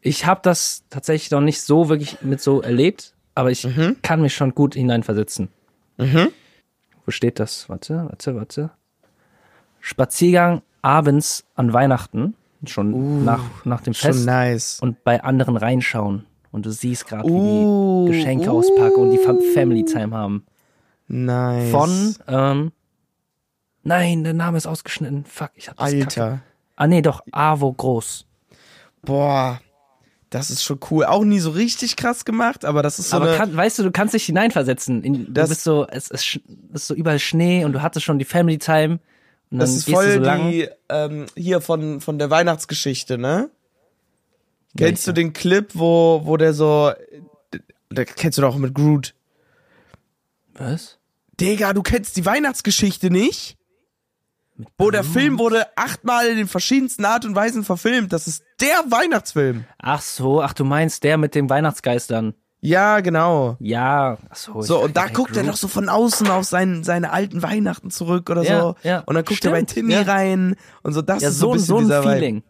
B: Ich habe das tatsächlich noch nicht so wirklich mit so erlebt, aber ich
A: Mhm.
B: kann mich schon gut hineinversetzen. Wo steht das? Warte, warte, warte. Spaziergang abends an Weihnachten, schon nach, nach dem
A: Uh, Schon
B: Fest
A: nice.
B: und bei anderen reinschauen. Und du siehst gerade, wie
A: Uh,
B: die Geschenke auspacken und die Fam Family Time haben.
A: Nice.
B: Von, ähm, nein, der Name ist ausgeschnitten. Fuck, ich hab das Kacke.
A: Alter.
B: Ah, nee, doch, Avo Groß.
A: Boah. Das ist schon cool. Auch nie so richtig krass gemacht, aber das ist so
B: Aber
A: eine.
B: kann, weißt du, du kannst dich hineinversetzen. In, du
A: Das-
B: bist so, es ist, sch- es ist so überall Schnee und du hattest schon die Family Time. Und dann
A: das ist
B: gehst du
A: voll
B: so lang.
A: die ähm, hier von, von der Weihnachtsgeschichte, ne? Kennst du den Clip, wo, wo der so. Da kennst du doch mit Groot.
B: Was?
A: Digga, du kennst die Weihnachtsgeschichte nicht? Wo der Film wurde achtmal in den verschiedensten Art und Weisen verfilmt. Das ist der Weihnachtsfilm.
B: Ach so, ach du meinst der mit den Weihnachtsgeistern.
A: Ja, genau.
B: Ja, ach so. ich
A: So, und da
B: dachte,
A: guckt er
B: Groot.
A: noch so von außen auf seinen, seine alten Weihnachten zurück oder
B: Ja,
A: so.
B: ja,
A: und dann guckt er bei
B: stimmt,
A: Timmy
B: ja.
A: rein und so. Das
B: Ja,
A: ist so,
B: so,
A: ein bisschen
B: so ein
A: dieser Vibe.
B: Feeling.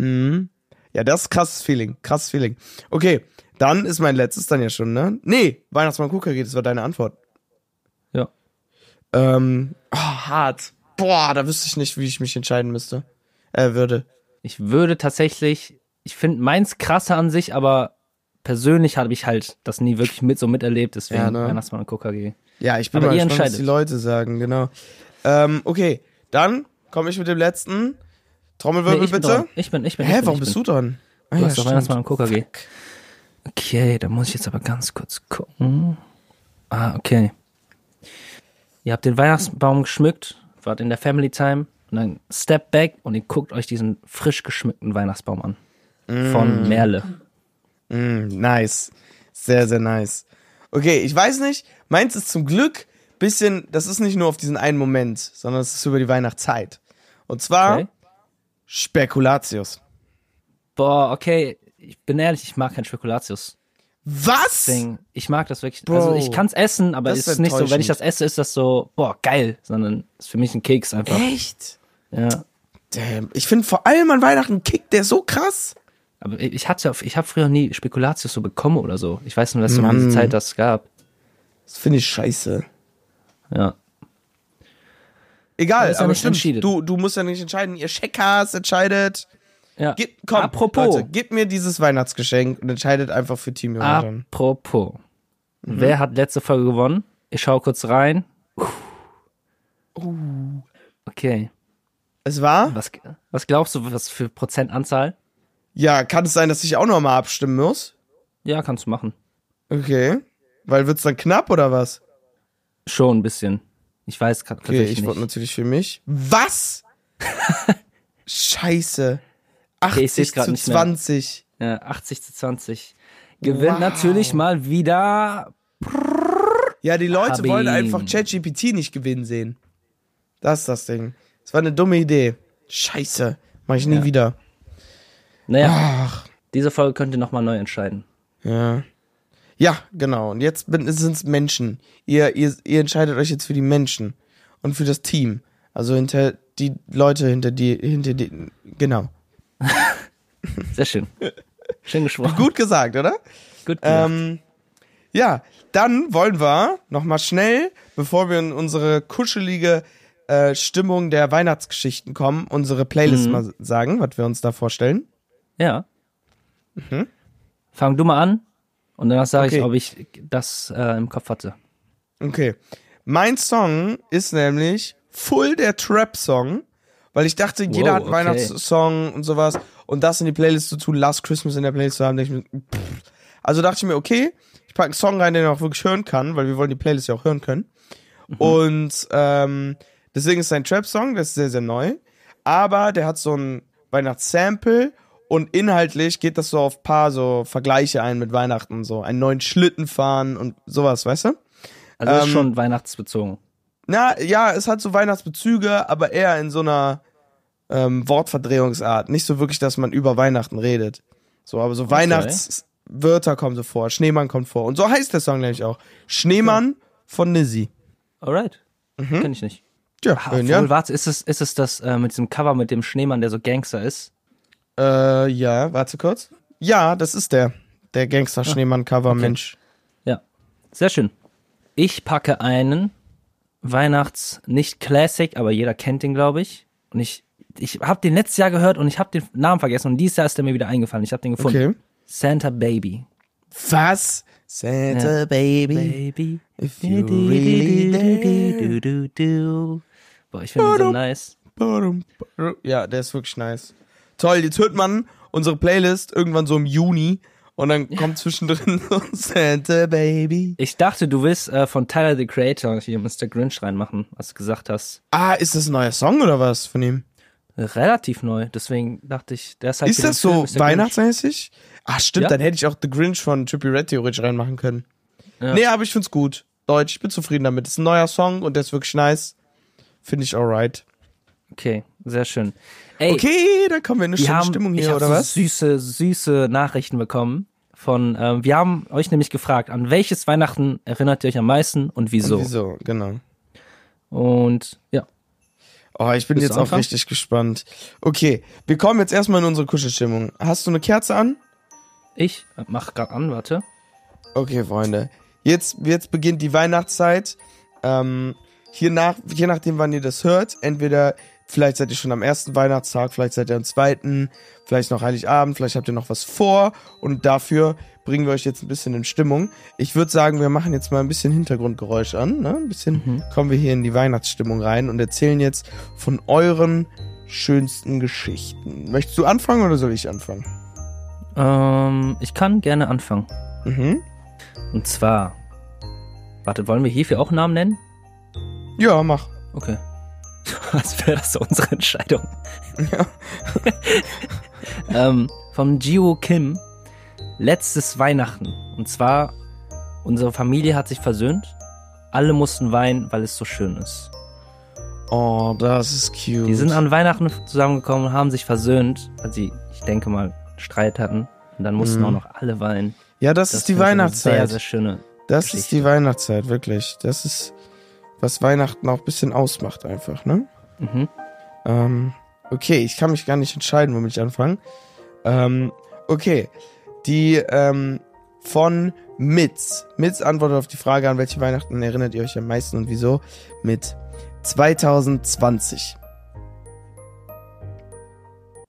A: Ja, das ist krasses Feeling. Krasses Feeling. Okay, dann ist mein letztes dann ja schon, ne? Nee, Weihnachtsmann Kuka geht, das war deine Antwort.
B: Ja.
A: Ähm, oh, hart. Boah, da wüsste ich nicht, wie ich mich entscheiden müsste. Äh, würde.
B: Ich würde tatsächlich, ich finde meins krasser an sich, aber persönlich habe ich halt das nie wirklich mit so miterlebt, deswegen
A: Ja, ne?
B: Weihnachtsmann und KKG.
A: Ja, ich bin
B: Aber
A: mal
B: ihr
A: gespannt, was
B: entscheidet.
A: die Leute sagen, genau. Ähm, okay, dann komme ich mit dem letzten. Trommelwirbel
B: Nee, ich bin
A: bitte.
B: dran. Ich bin, ich bin. ich
A: Hä,
B: bin,
A: warum
B: ich
A: bist
B: bin.
A: du dran? Ah,
B: Du
A: ja,
B: hast doch
A: stimmt.
B: Weihnachtsmann und KKG. Okay, da muss ich jetzt aber ganz kurz gucken. Ah, okay. Ihr habt den Weihnachtsbaum geschmückt, wart in der Family Time und dann step back und ihr guckt euch diesen frisch geschmückten Weihnachtsbaum an. Von Merle.
A: Mm, nice. Sehr, sehr nice. Okay, ich weiß nicht. Meins ist zum Glück bisschen, das ist nicht nur auf diesen einen Moment, sondern es ist über die Weihnachtszeit. Und zwar
B: Okay.
A: Spekulatius.
B: Boah, okay, ich bin ehrlich, ich mag kein Spekulatius.
A: Was?
B: Deswegen, ich mag das wirklich.
A: Bro,
B: also ich kann es essen, aber
A: das
B: es
A: ist
B: ist nicht so, wenn ich
A: enttäuschend.
B: das esse, ist das so, boah, geil, sondern ist für mich ein Keks einfach.
A: Echt?
B: Ja.
A: Damn. Ich finde vor allem an Weihnachten einen Kick, der ist so krass.
B: Aber ich hatte, ich habe früher nie Spekulatius so bekommen oder so. Ich weiß nur, dass es um diese
A: Mann.
B: Zeit das gab.
A: Das finde ich scheiße.
B: Ja.
A: Egal,
B: ist ja
A: aber
B: nicht
A: stimmt,
B: entschieden.
A: du, du musst ja nicht entscheiden. Ihr Checkers entscheidet.
B: ja.
A: Gib, komm,
B: Apropos.
A: Leute, gib mir dieses Weihnachtsgeschenk und entscheidet einfach für Team Jonathan.
B: Apropos.
A: Mhm.
B: Wer hat letzte Folge gewonnen?
A: Uh.
B: Ich schaue kurz rein. Okay.
A: Es war?
B: Was, was glaubst du, was für Prozentanzahl?
A: Ja, kann es sein, dass ich auch nochmal abstimmen muss?
B: Ja, kannst du machen.
A: Okay. Weil wird's dann knapp oder was?
B: Schon ein bisschen. Ich weiß gerade
A: Okay,
B: tatsächlich
A: ich
B: nicht.
A: wollte natürlich für mich. Was? Scheiße.
B: Okay, ich
A: 80
B: seh's grad
A: zu
B: nicht mehr.
A: 20.
B: Ja, 80 Äh, zu 20. Gewinnt natürlich mal wieder.
A: Ja, die Leute
B: Hab ihn.
A: wollen einfach ChatGPT nicht gewinnen sehen. Das ist das Ding. Das war eine dumme Idee. Scheiße. Mach ich nie wieder.
B: Naja,
A: Ach.
B: diese Folge könnt ihr nochmal neu entscheiden.
A: Ja. Ja, genau. Und jetzt sind es Menschen. Ihr, ihr, ihr entscheidet euch jetzt für die Menschen und für das Team. Also hinter die Leute, hinter die, hinter die. Genau.
B: Sehr schön. Schön gesprochen.
A: Gut gesagt, oder?
B: Gut gemacht.
A: Ähm, ja, dann wollen wir nochmal schnell, bevor wir in unsere kuschelige äh, Stimmung der Weihnachtsgeschichten kommen, unsere Playlist mal sagen, was wir uns da vorstellen.
B: ja. Fang du mal an und danach sage
A: mhm. Okay.
B: ich, ob ich das äh, im Kopf hatte.
A: Okay. Mein Song ist nämlich full der Trap-Song, weil ich dachte, jeder
B: Wow,
A: hat einen
B: okay.
A: Weihnachtssong und sowas. Und das in die Playlist zu tun, Last Christmas in der Playlist zu haben, denke ich mir, pff. also dachte ich mir, okay, ich packe einen Song rein, den er auch wirklich hören kann, weil wir wollen die Playlist ja auch hören können.
B: Mhm.
A: Und ähm, deswegen ist es ein Trap-Song, der ist sehr, sehr neu. Aber der hat so ein Weihnachtssample und inhaltlich geht das so auf paar so Vergleiche ein mit Weihnachten und so. Einen neuen Schlitten fahren und sowas, weißt du?
B: Also
A: Ähm,
B: ist schon weihnachtsbezogen.
A: Na, ja, es hat so Weihnachtsbezüge, aber eher in so einer ähm, Wortverdrehungsart. Nicht so wirklich, dass man über Weihnachten redet. So, aber so Weihnachtswörter kommen so vor, Schneemann kommt vor. Und so heißt der Song nämlich auch. Schneemann von Nizzy.
B: Alright. Kenn ich nicht.
A: Tja,
B: Ah,
A: mhm. hören
B: Obwohl,
A: ja.
B: warte, ist es, ist es das äh, mit diesem Cover mit dem Schneemann, der so Gangster ist?
A: Äh, ja, warte kurz. Ja, das ist der. Der Gangster-Schneemann-Cover-Mensch.
B: Ja. Sehr schön. Ich packe einen Weihnachts, nicht Classic, aber jeder kennt den, glaube ich. Und ich, ich habe den letztes Jahr gehört und ich habe den Namen vergessen. Und dieses Jahr ist der mir wieder eingefallen. Ich habe den gefunden.
A: Okay.
B: Santa Baby.
A: Was? Santa Baby.
B: Baby.
A: If you really dare.
B: Boah, ich finde den so nice.
A: Badum, badum. Ja, der ist wirklich nice. Toll, jetzt hört man unsere Playlist irgendwann so im Juni und dann kommt zwischendrin so Santa Baby.
B: Ich dachte, du willst äh, von Tyler the Creator hier Mr. Grinch reinmachen, was du gesagt hast.
A: Ah, ist das ein neuer Song oder was von ihm?
B: Relativ neu, deswegen dachte ich, der ist halt
A: Ist
B: für den
A: das so
B: Film Mr. Grinch.
A: weihnachtsmäßig? Ah, stimmt,
B: Ja.
A: dann hätte ich auch The Grinch von Trippy Red theoretisch reinmachen können.
B: Ja.
A: Nee, aber ich find's gut. Deutsch, ich bin zufrieden damit. Ist ein neuer Song und der ist wirklich nice. Finde ich alright.
B: Okay, sehr schön. Ey,
A: Okay, dann kommen wir in eine
B: wir
A: schöne
B: haben,
A: Stimmung
B: ich
A: hier,
B: hab
A: oder
B: so
A: was?
B: süße, süße Nachrichten bekommen von, ähm, wir haben euch nämlich gefragt, an welches Weihnachten erinnert ihr euch am meisten und wieso? Und,
A: Wieso, genau.
B: ja,
A: Oh, ich bin
B: Willst du
A: jetzt auch
B: anfangen?
A: richtig gespannt. Okay, wir kommen jetzt erstmal in unsere Kuschelstimmung. Hast du eine Kerze an?
B: ich mach grad an, warte.
A: Okay, Freunde. Jetzt, jetzt beginnt die Weihnachtszeit. Ähm, hier nach, je nachdem, wann ihr das hört, entweder vielleicht seid ihr schon am ersten Weihnachtstag, vielleicht seid ihr am zweiten, vielleicht noch Heiligabend, vielleicht habt ihr noch was vor und dafür bringen wir euch jetzt ein bisschen in Stimmung. Ich würde sagen, wir machen jetzt mal ein bisschen Hintergrundgeräusch an, ne? Ein bisschen
B: Mhm.
A: kommen wir hier in die Weihnachtsstimmung rein und erzählen jetzt von euren schönsten Geschichten. Möchtest du anfangen oder soll ich anfangen?
B: Ähm, ich kann gerne anfangen.
A: Mhm.
B: Und zwar, warte, wollen wir hierfür auch Namen nennen?
A: Ja, mach.
B: Okay. Als wäre das unsere Entscheidung. ähm, vom Gio Kim. Letztes Weihnachten. Und zwar, unsere Familie hat sich versöhnt. Alle mussten weinen, weil es so schön ist.
A: Oh, das ist cute.
B: Die sind an Weihnachten zusammengekommen und haben sich versöhnt, weil sie, ich denke mal, Streit hatten. Und dann mussten
A: Mhm.
B: auch noch alle weinen.
A: ja, das, ist die
B: finde ich eine Sehr,
A: Weihnachtszeit.
B: sehr schöne.
A: das ist
B: Geschichte.
A: die Weihnachtszeit, wirklich. Das ist, was Weihnachten auch ein bisschen ausmacht, einfach, ne?
B: Mhm.
A: Ähm, okay, ich kann mich gar nicht entscheiden, womit ich anfange. Ähm, okay, die ähm, von Mitz. Mitz antwortet auf die Frage, an welche Weihnachten erinnert ihr euch am meisten und wieso? Mit 2020.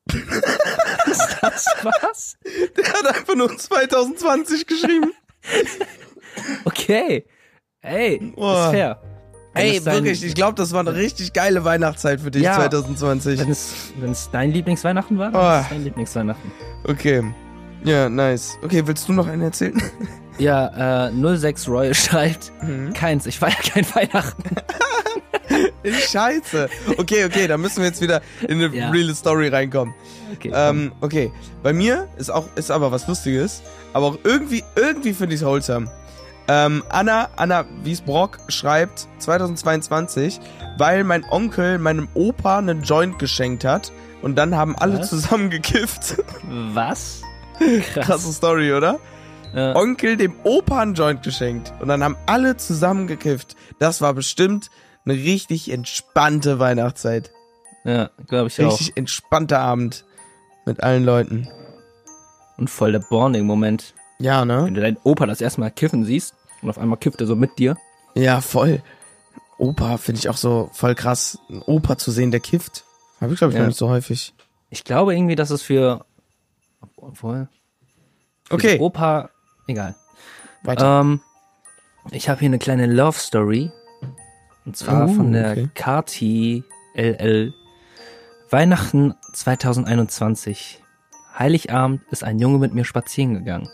B: Das war's?
A: Der hat einfach nur 2020 geschrieben.
B: Okay. Ey,
A: Boah.
B: ist fair. Wenn
A: Ey,
B: es dein-
A: wirklich, ich glaube, das war eine richtig geile Weihnachtszeit für dich
B: Ja.
A: 2020.
B: Wenn es, wenn es dein Lieblingsweihnachten war, dann
A: Oh.
B: ist es dein Lieblingsweihnachten.
A: Okay. Ja, nice. Okay, willst du noch einen erzählen?
B: Ja, äh, 06 Royal schreibt,
A: Mhm.
B: keins, ich feier kein Weihnachten.
A: Scheiße. Okay, okay, da müssen wir jetzt wieder in eine
B: Ja.
A: reale Story reinkommen.
B: Okay,
A: Ähm, okay. Bei mir ist auch ist aber was Lustiges, aber auch irgendwie irgendwie finde ich es wholesome. Ähm, Anna Anna Wiesbrock schreibt 2022, weil mein Onkel meinem Opa einen Joint geschenkt hat und dann haben alle
B: Was?
A: zusammen gekifft.
B: komm. was?
A: Krasse Story, oder?
B: Äh,
A: Onkel dem Opa einen Joint geschenkt und dann haben alle zusammen gekifft. Das war bestimmt eine richtig entspannte Weihnachtszeit.
B: ja, glaube ich auch.
A: Richtig entspannter Abend mit allen Leuten.
B: Und voll der Bonding-Moment.
A: Ja, ne?
B: Wenn du deinen Opa das erste Mal kiffen siehst und auf einmal kifft er so mit dir.
A: Ja, voll. Opa finde ich auch so voll krass, einen Opa zu sehen, der kifft. Habe ich, glaube ich,
B: Ja.
A: noch nicht so häufig.
B: Ich glaube irgendwie, dass es für, obwohl, für
A: Okay,
B: den Opa, egal.
A: weiter.
B: Ähm, ich habe hier eine kleine Love Story. Und zwar
A: Oh,
B: von der
A: okay.
B: Kati LL. Weihnachten 2021. Heiligabend ist ein Junge mit mir spazieren gegangen.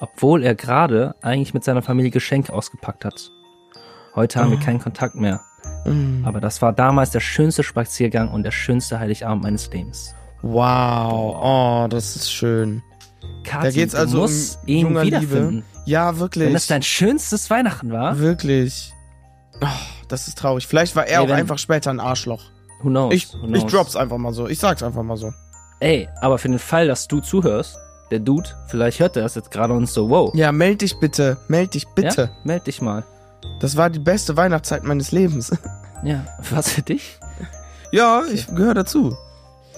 B: Obwohl er gerade eigentlich mit seiner Familie Geschenke ausgepackt hat. Heute
A: Ah.
B: haben wir keinen Kontakt mehr.
A: Mm.
B: Aber das war damals der schönste Spaziergang und der schönste Heiligabend meines Lebens.
A: Wow, oh, das ist schön.
B: Kati,
A: Da geht's
B: du
A: also um
B: musst ihn
A: junger Liebe.
B: wiederfinden.
A: Ja,
B: Wenn
A: wirklich.
B: das dein schönstes Weihnachten war,
A: Wirklich. Oh, das ist traurig. Vielleicht war er
B: Ey,
A: auch
B: wenn-
A: einfach später ein Arschloch.
B: who knows?
A: Ich,
B: who
A: ich
B: knows?
A: drop's einfach mal so. Ich sag's einfach mal so.
B: Ey, aber für den Fall, dass du zuhörst, der Dude, vielleicht hört er das jetzt gerade und so, wow.
A: Ja, meld dich bitte. Meld dich bitte.
B: Ja? Meld dich mal.
A: Das war die beste Weihnachtszeit meines Lebens.
B: Ja. Was für dich?
A: ja, ich gehöre dazu.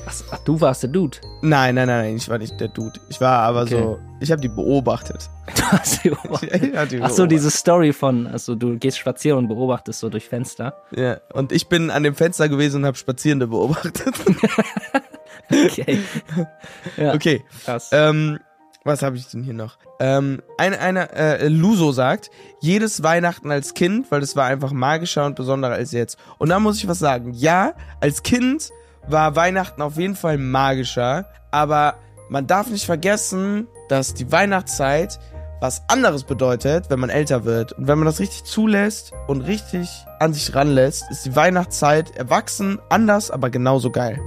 B: Ach, so, ach, du warst der Dude.
A: Nein, nein, nein, nein, ich war nicht der Dude. Ich war aber
B: Okay.
A: so, ich habe die beobachtet.
B: Du hast die
A: Ich
B: beobachtet.
A: hab die
B: Ach so,
A: beobachtet.
B: diese Story von, also du gehst spazieren und beobachtest so durch Fenster.
A: Ja. Und ich bin an dem Fenster gewesen und habe Spazierende beobachtet.
B: Okay. Ja,
A: okay.
B: krass.
A: Ähm, was habe ich denn hier noch? Ähm, eine, eine, äh, Luso sagt, jedes Weihnachten als Kind, weil das war einfach magischer und besonderer als jetzt. Und da muss ich was sagen. Ja, als Kind war Weihnachten auf jeden Fall magischer, aber man darf nicht vergessen, dass die Weihnachtszeit was anderes bedeutet, wenn man älter wird. Und wenn man das richtig zulässt und richtig an sich ranlässt, ist die Weihnachtszeit erwachsen, anders, aber genauso geil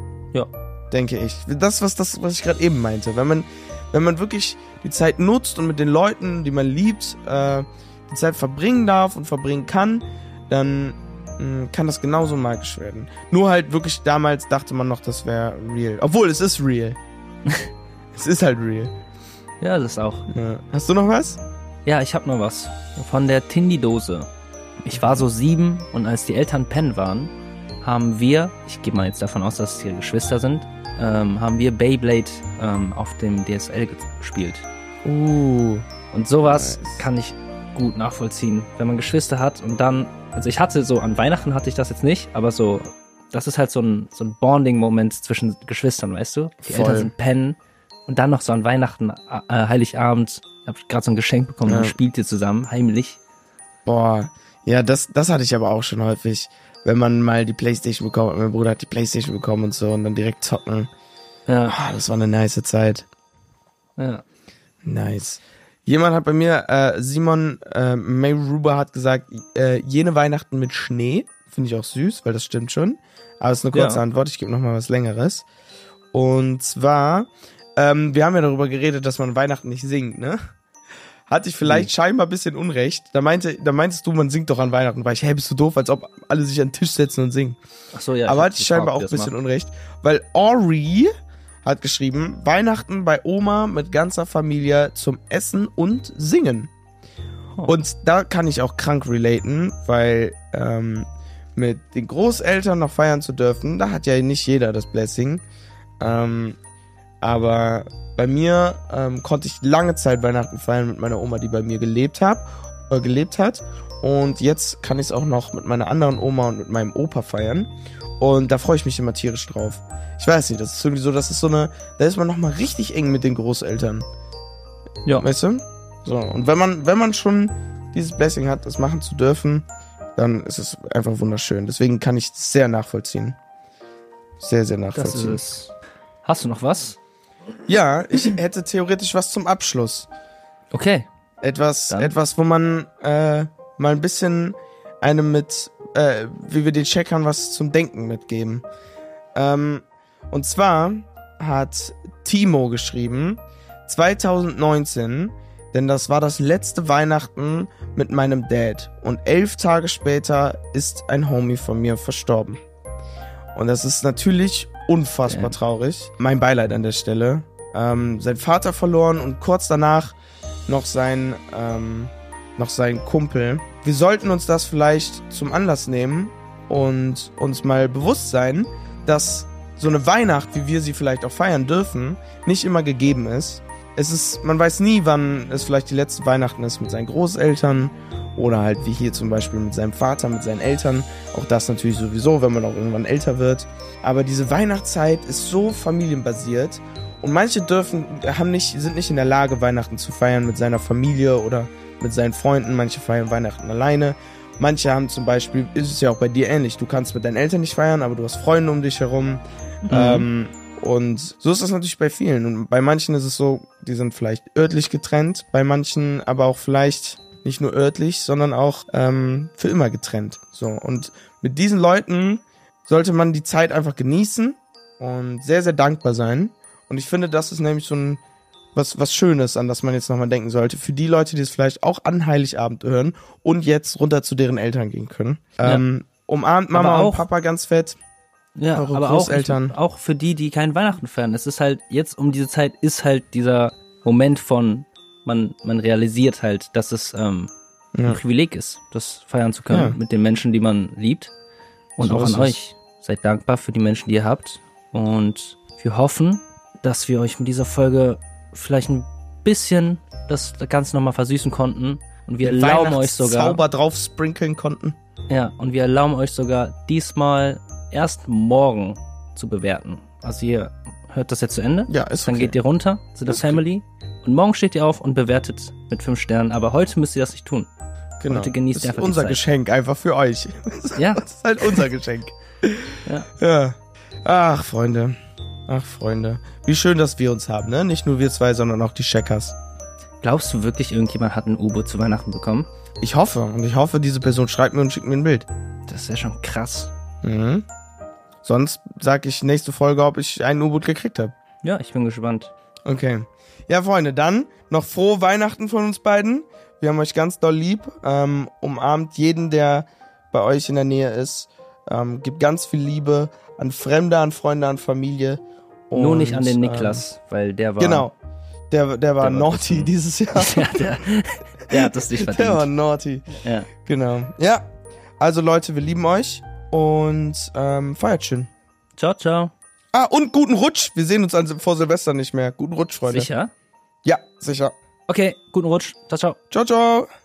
A: denke ich. Das, was, das, was ich gerade eben meinte. Wenn man, wenn man wirklich die Zeit nutzt und mit den Leuten, die man liebt, äh, die Zeit verbringen darf und verbringen kann, dann mh, kann das genauso magisch werden. Nur halt wirklich damals dachte man noch, das wäre real. Obwohl, es ist real. es ist halt real.
B: ja, das auch.
A: Ja. Hast du noch was?
B: Ja, ich hab noch was. Von der Tindidose. Ich war so sieben und als die Eltern pennen waren, haben wir, ich gehe mal jetzt davon aus, dass es hier Geschwister sind, ähm, haben wir Beyblade ähm, auf dem DSL gespielt.
A: Uh.
B: Und sowas
A: Nice.
B: kann ich gut nachvollziehen, wenn man Geschwister hat und dann, also ich hatte so, an Weihnachten hatte ich das jetzt nicht, aber so, das ist halt so ein, so ein Bonding-Moment zwischen Geschwistern, weißt du? Die
A: Voll.
B: Eltern sind pennen und dann noch so an Weihnachten, äh, Heiligabend, ich hab gerade so ein Geschenk bekommen,
A: Ja.
B: dann spielt ihr zusammen, heimlich.
A: Boah, ja, das, das hatte ich aber auch schon häufig. Wenn man mal die Playstation bekommen hat, mein Bruder hat die Playstation bekommen und so und dann direkt zocken.
B: Ja,
A: Ah, das war eine nice Zeit.
B: ja.
A: Nice. Jemand hat bei mir, äh, Simon äh, May Ruber hat gesagt, äh, jene Weihnachten mit Schnee. Finde ich auch süß, weil das stimmt schon. Aber es ist eine kurze
B: Ja.
A: Antwort. Ich gebe nochmal was Längeres. Und zwar, ähm, wir haben ja darüber geredet, dass man Weihnachten nicht singt, ne? Hatte ich vielleicht scheinbar ein bisschen Unrecht. Da, meinte, da meintest du, man singt doch an Weihnachten. War ich, hey, bist du doof, als ob alle sich an den Tisch setzen und singen.
B: Ach so, ja.
A: Aber
B: hab
A: hatte ich scheinbar auch ein
B: gefragt, wie das
A: bisschen Unrecht, weil Ori hat geschrieben, Weihnachten bei Oma mit ganzer Familie zum Essen und Singen.
B: Oh.
A: Und da kann ich auch krank relaten, weil ähm, mit den Großeltern noch feiern zu dürfen, da hat ja nicht jeder das Blessing. Ähm, aber bei mir ähm, konnte ich lange Zeit Weihnachten feiern mit meiner Oma, die bei mir gelebt hat. Äh, gelebt hat. Und jetzt kann ich es auch noch mit meiner anderen Oma und mit meinem Opa feiern. Und da freue ich mich immer tierisch drauf. Ich weiß nicht, das ist irgendwie so, das ist so eine, da ist man nochmal richtig eng mit den Großeltern.
B: Ja.
A: Weißt du? So, und wenn man, wenn man schon dieses Blessing hat, das machen zu dürfen, dann ist es einfach wunderschön. Deswegen kann ich es sehr nachvollziehen. Sehr, sehr
B: Das ist
A: nachvollziehen.
B: es. Hast du noch was?
A: Ja, ich hätte theoretisch was zum Abschluss.
B: Okay.
A: Etwas,
B: Dann?
A: etwas, wo man äh, mal ein bisschen einem mit, äh, wie wir den Checkern was zum Denken mitgeben. Ähm, und zwar hat Timo geschrieben, 2019, denn das war das letzte Weihnachten mit meinem Dad. Und elf Tage später ist ein Homie von mir verstorben. Und das ist natürlich unfassbar
B: Damn.
A: traurig. Mein Beileid an der Stelle. Ähm, sein Vater verloren und kurz danach noch sein, ähm, noch sein Kumpel. Wir sollten uns das vielleicht zum Anlass nehmen und uns mal bewusst sein, dass so eine Weihnacht, wie wir sie vielleicht auch feiern dürfen, nicht immer gegeben ist. Es ist, man weiß nie, wann es vielleicht die letzte Weihnachten ist mit seinen Großeltern oder halt wie hier zum Beispiel mit seinem Vater, mit seinen Eltern. Auch das natürlich sowieso, wenn man auch irgendwann älter wird. Aber diese Weihnachtszeit ist so familienbasiert und manche dürfen, haben nicht, sind nicht in der Lage, Weihnachten zu feiern mit seiner Familie oder mit seinen Freunden. Manche feiern Weihnachten alleine. Manche haben zum Beispiel, ist es ja auch bei dir ähnlich, du kannst mit deinen Eltern nicht feiern, aber du hast Freunde um dich herum. Ähm, und so ist das natürlich bei vielen. Und bei manchen ist es so, die sind vielleicht örtlich getrennt, bei manchen aber auch vielleicht nicht nur örtlich, sondern auch ähm, für immer getrennt. So und mit diesen Leuten sollte man die Zeit einfach genießen und sehr sehr dankbar sein. Und ich finde, das ist nämlich so ein was, was Schönes, an das man jetzt nochmal denken sollte. Für die Leute, die es vielleicht auch an Heiligabend hören und jetzt runter zu deren Eltern gehen können.
B: Ja.
A: Ähm, umarmt Mama
B: Aber
A: und
B: auch-
A: Papa ganz fett.
B: Ja,
A: Eure
B: aber
A: Großeltern.
B: Auch, auch für die, die kein Weihnachten feiern. Es ist halt, jetzt um diese Zeit ist halt dieser Moment von, man, man realisiert halt, dass es ähm,
A: Ja.
B: ein Privileg ist, das feiern zu können
A: Ja.
B: mit den Menschen, die man liebt. Und
A: So
B: auch
A: ist
B: an
A: es.
B: euch. Seid dankbar für die Menschen, die ihr habt. Und wir hoffen, dass wir euch mit dieser Folge vielleicht ein bisschen das Ganze nochmal versüßen konnten. Und wir erlauben euch sogar.
A: Zauber drauf sprinkeln konnten.
B: Ja, und wir erlauben euch sogar diesmal erst morgen zu bewerten. Also ihr hört das jetzt zu Ende,
A: Ja, ist
B: dann
A: okay.
B: geht ihr runter zu der
A: Ist okay.
B: Family und morgen steht ihr auf und bewertet mit fünf Sternen. Aber heute müsst ihr das nicht tun.
A: genau.
B: heute genießt
A: ist
B: ihr einfach die
A: unser
B: Zeit.
A: Geschenk einfach für euch.
B: Ja,
A: Das ist halt unser Geschenk.
B: Ja.
A: ja. Ach, Freunde. Ach, Freunde. Wie schön, dass wir uns haben, ne? Nicht nur wir zwei, sondern auch die Checkers.
B: glaubst du wirklich, irgendjemand hat ein U-Boot zu Weihnachten bekommen?
A: Ich hoffe. Und ich hoffe, diese Person schreibt mir und schickt mir ein Bild.
B: Das ist ja schon krass.
A: Mhm. Sonst sag ich nächste Folge, ob ich ein U-Boot gekriegt habe.
B: Ja, ich bin gespannt.
A: Okay. Ja, Freunde, dann noch frohe Weihnachten von uns beiden. Wir haben euch ganz doll lieb. Ähm, umarmt jeden, der bei euch in der Nähe ist. Ähm, gibt ganz viel Liebe an Fremde, an Freunde, an Familie.
B: Nur
A: Und,
B: nicht an den
A: ähm,
B: Niklas, weil der war.
A: genau. Der, der war
B: Der war
A: naughty
B: bisschen-
A: dieses Jahr.
B: Ja, der, der hat das nicht
A: Der war
B: verdient.
A: naughty.
B: Ja.
A: Genau. Ja. Also Leute, wir lieben euch und ähm, feiert schön.
B: Ciao, ciao.
A: Ah, und guten Rutsch. Wir sehen uns an, vor Silvester nicht mehr. Guten Rutsch, Freunde.
B: Sicher?
A: Ja, sicher.
B: Okay, guten Rutsch. Ciao, ciao.
A: Ciao, ciao.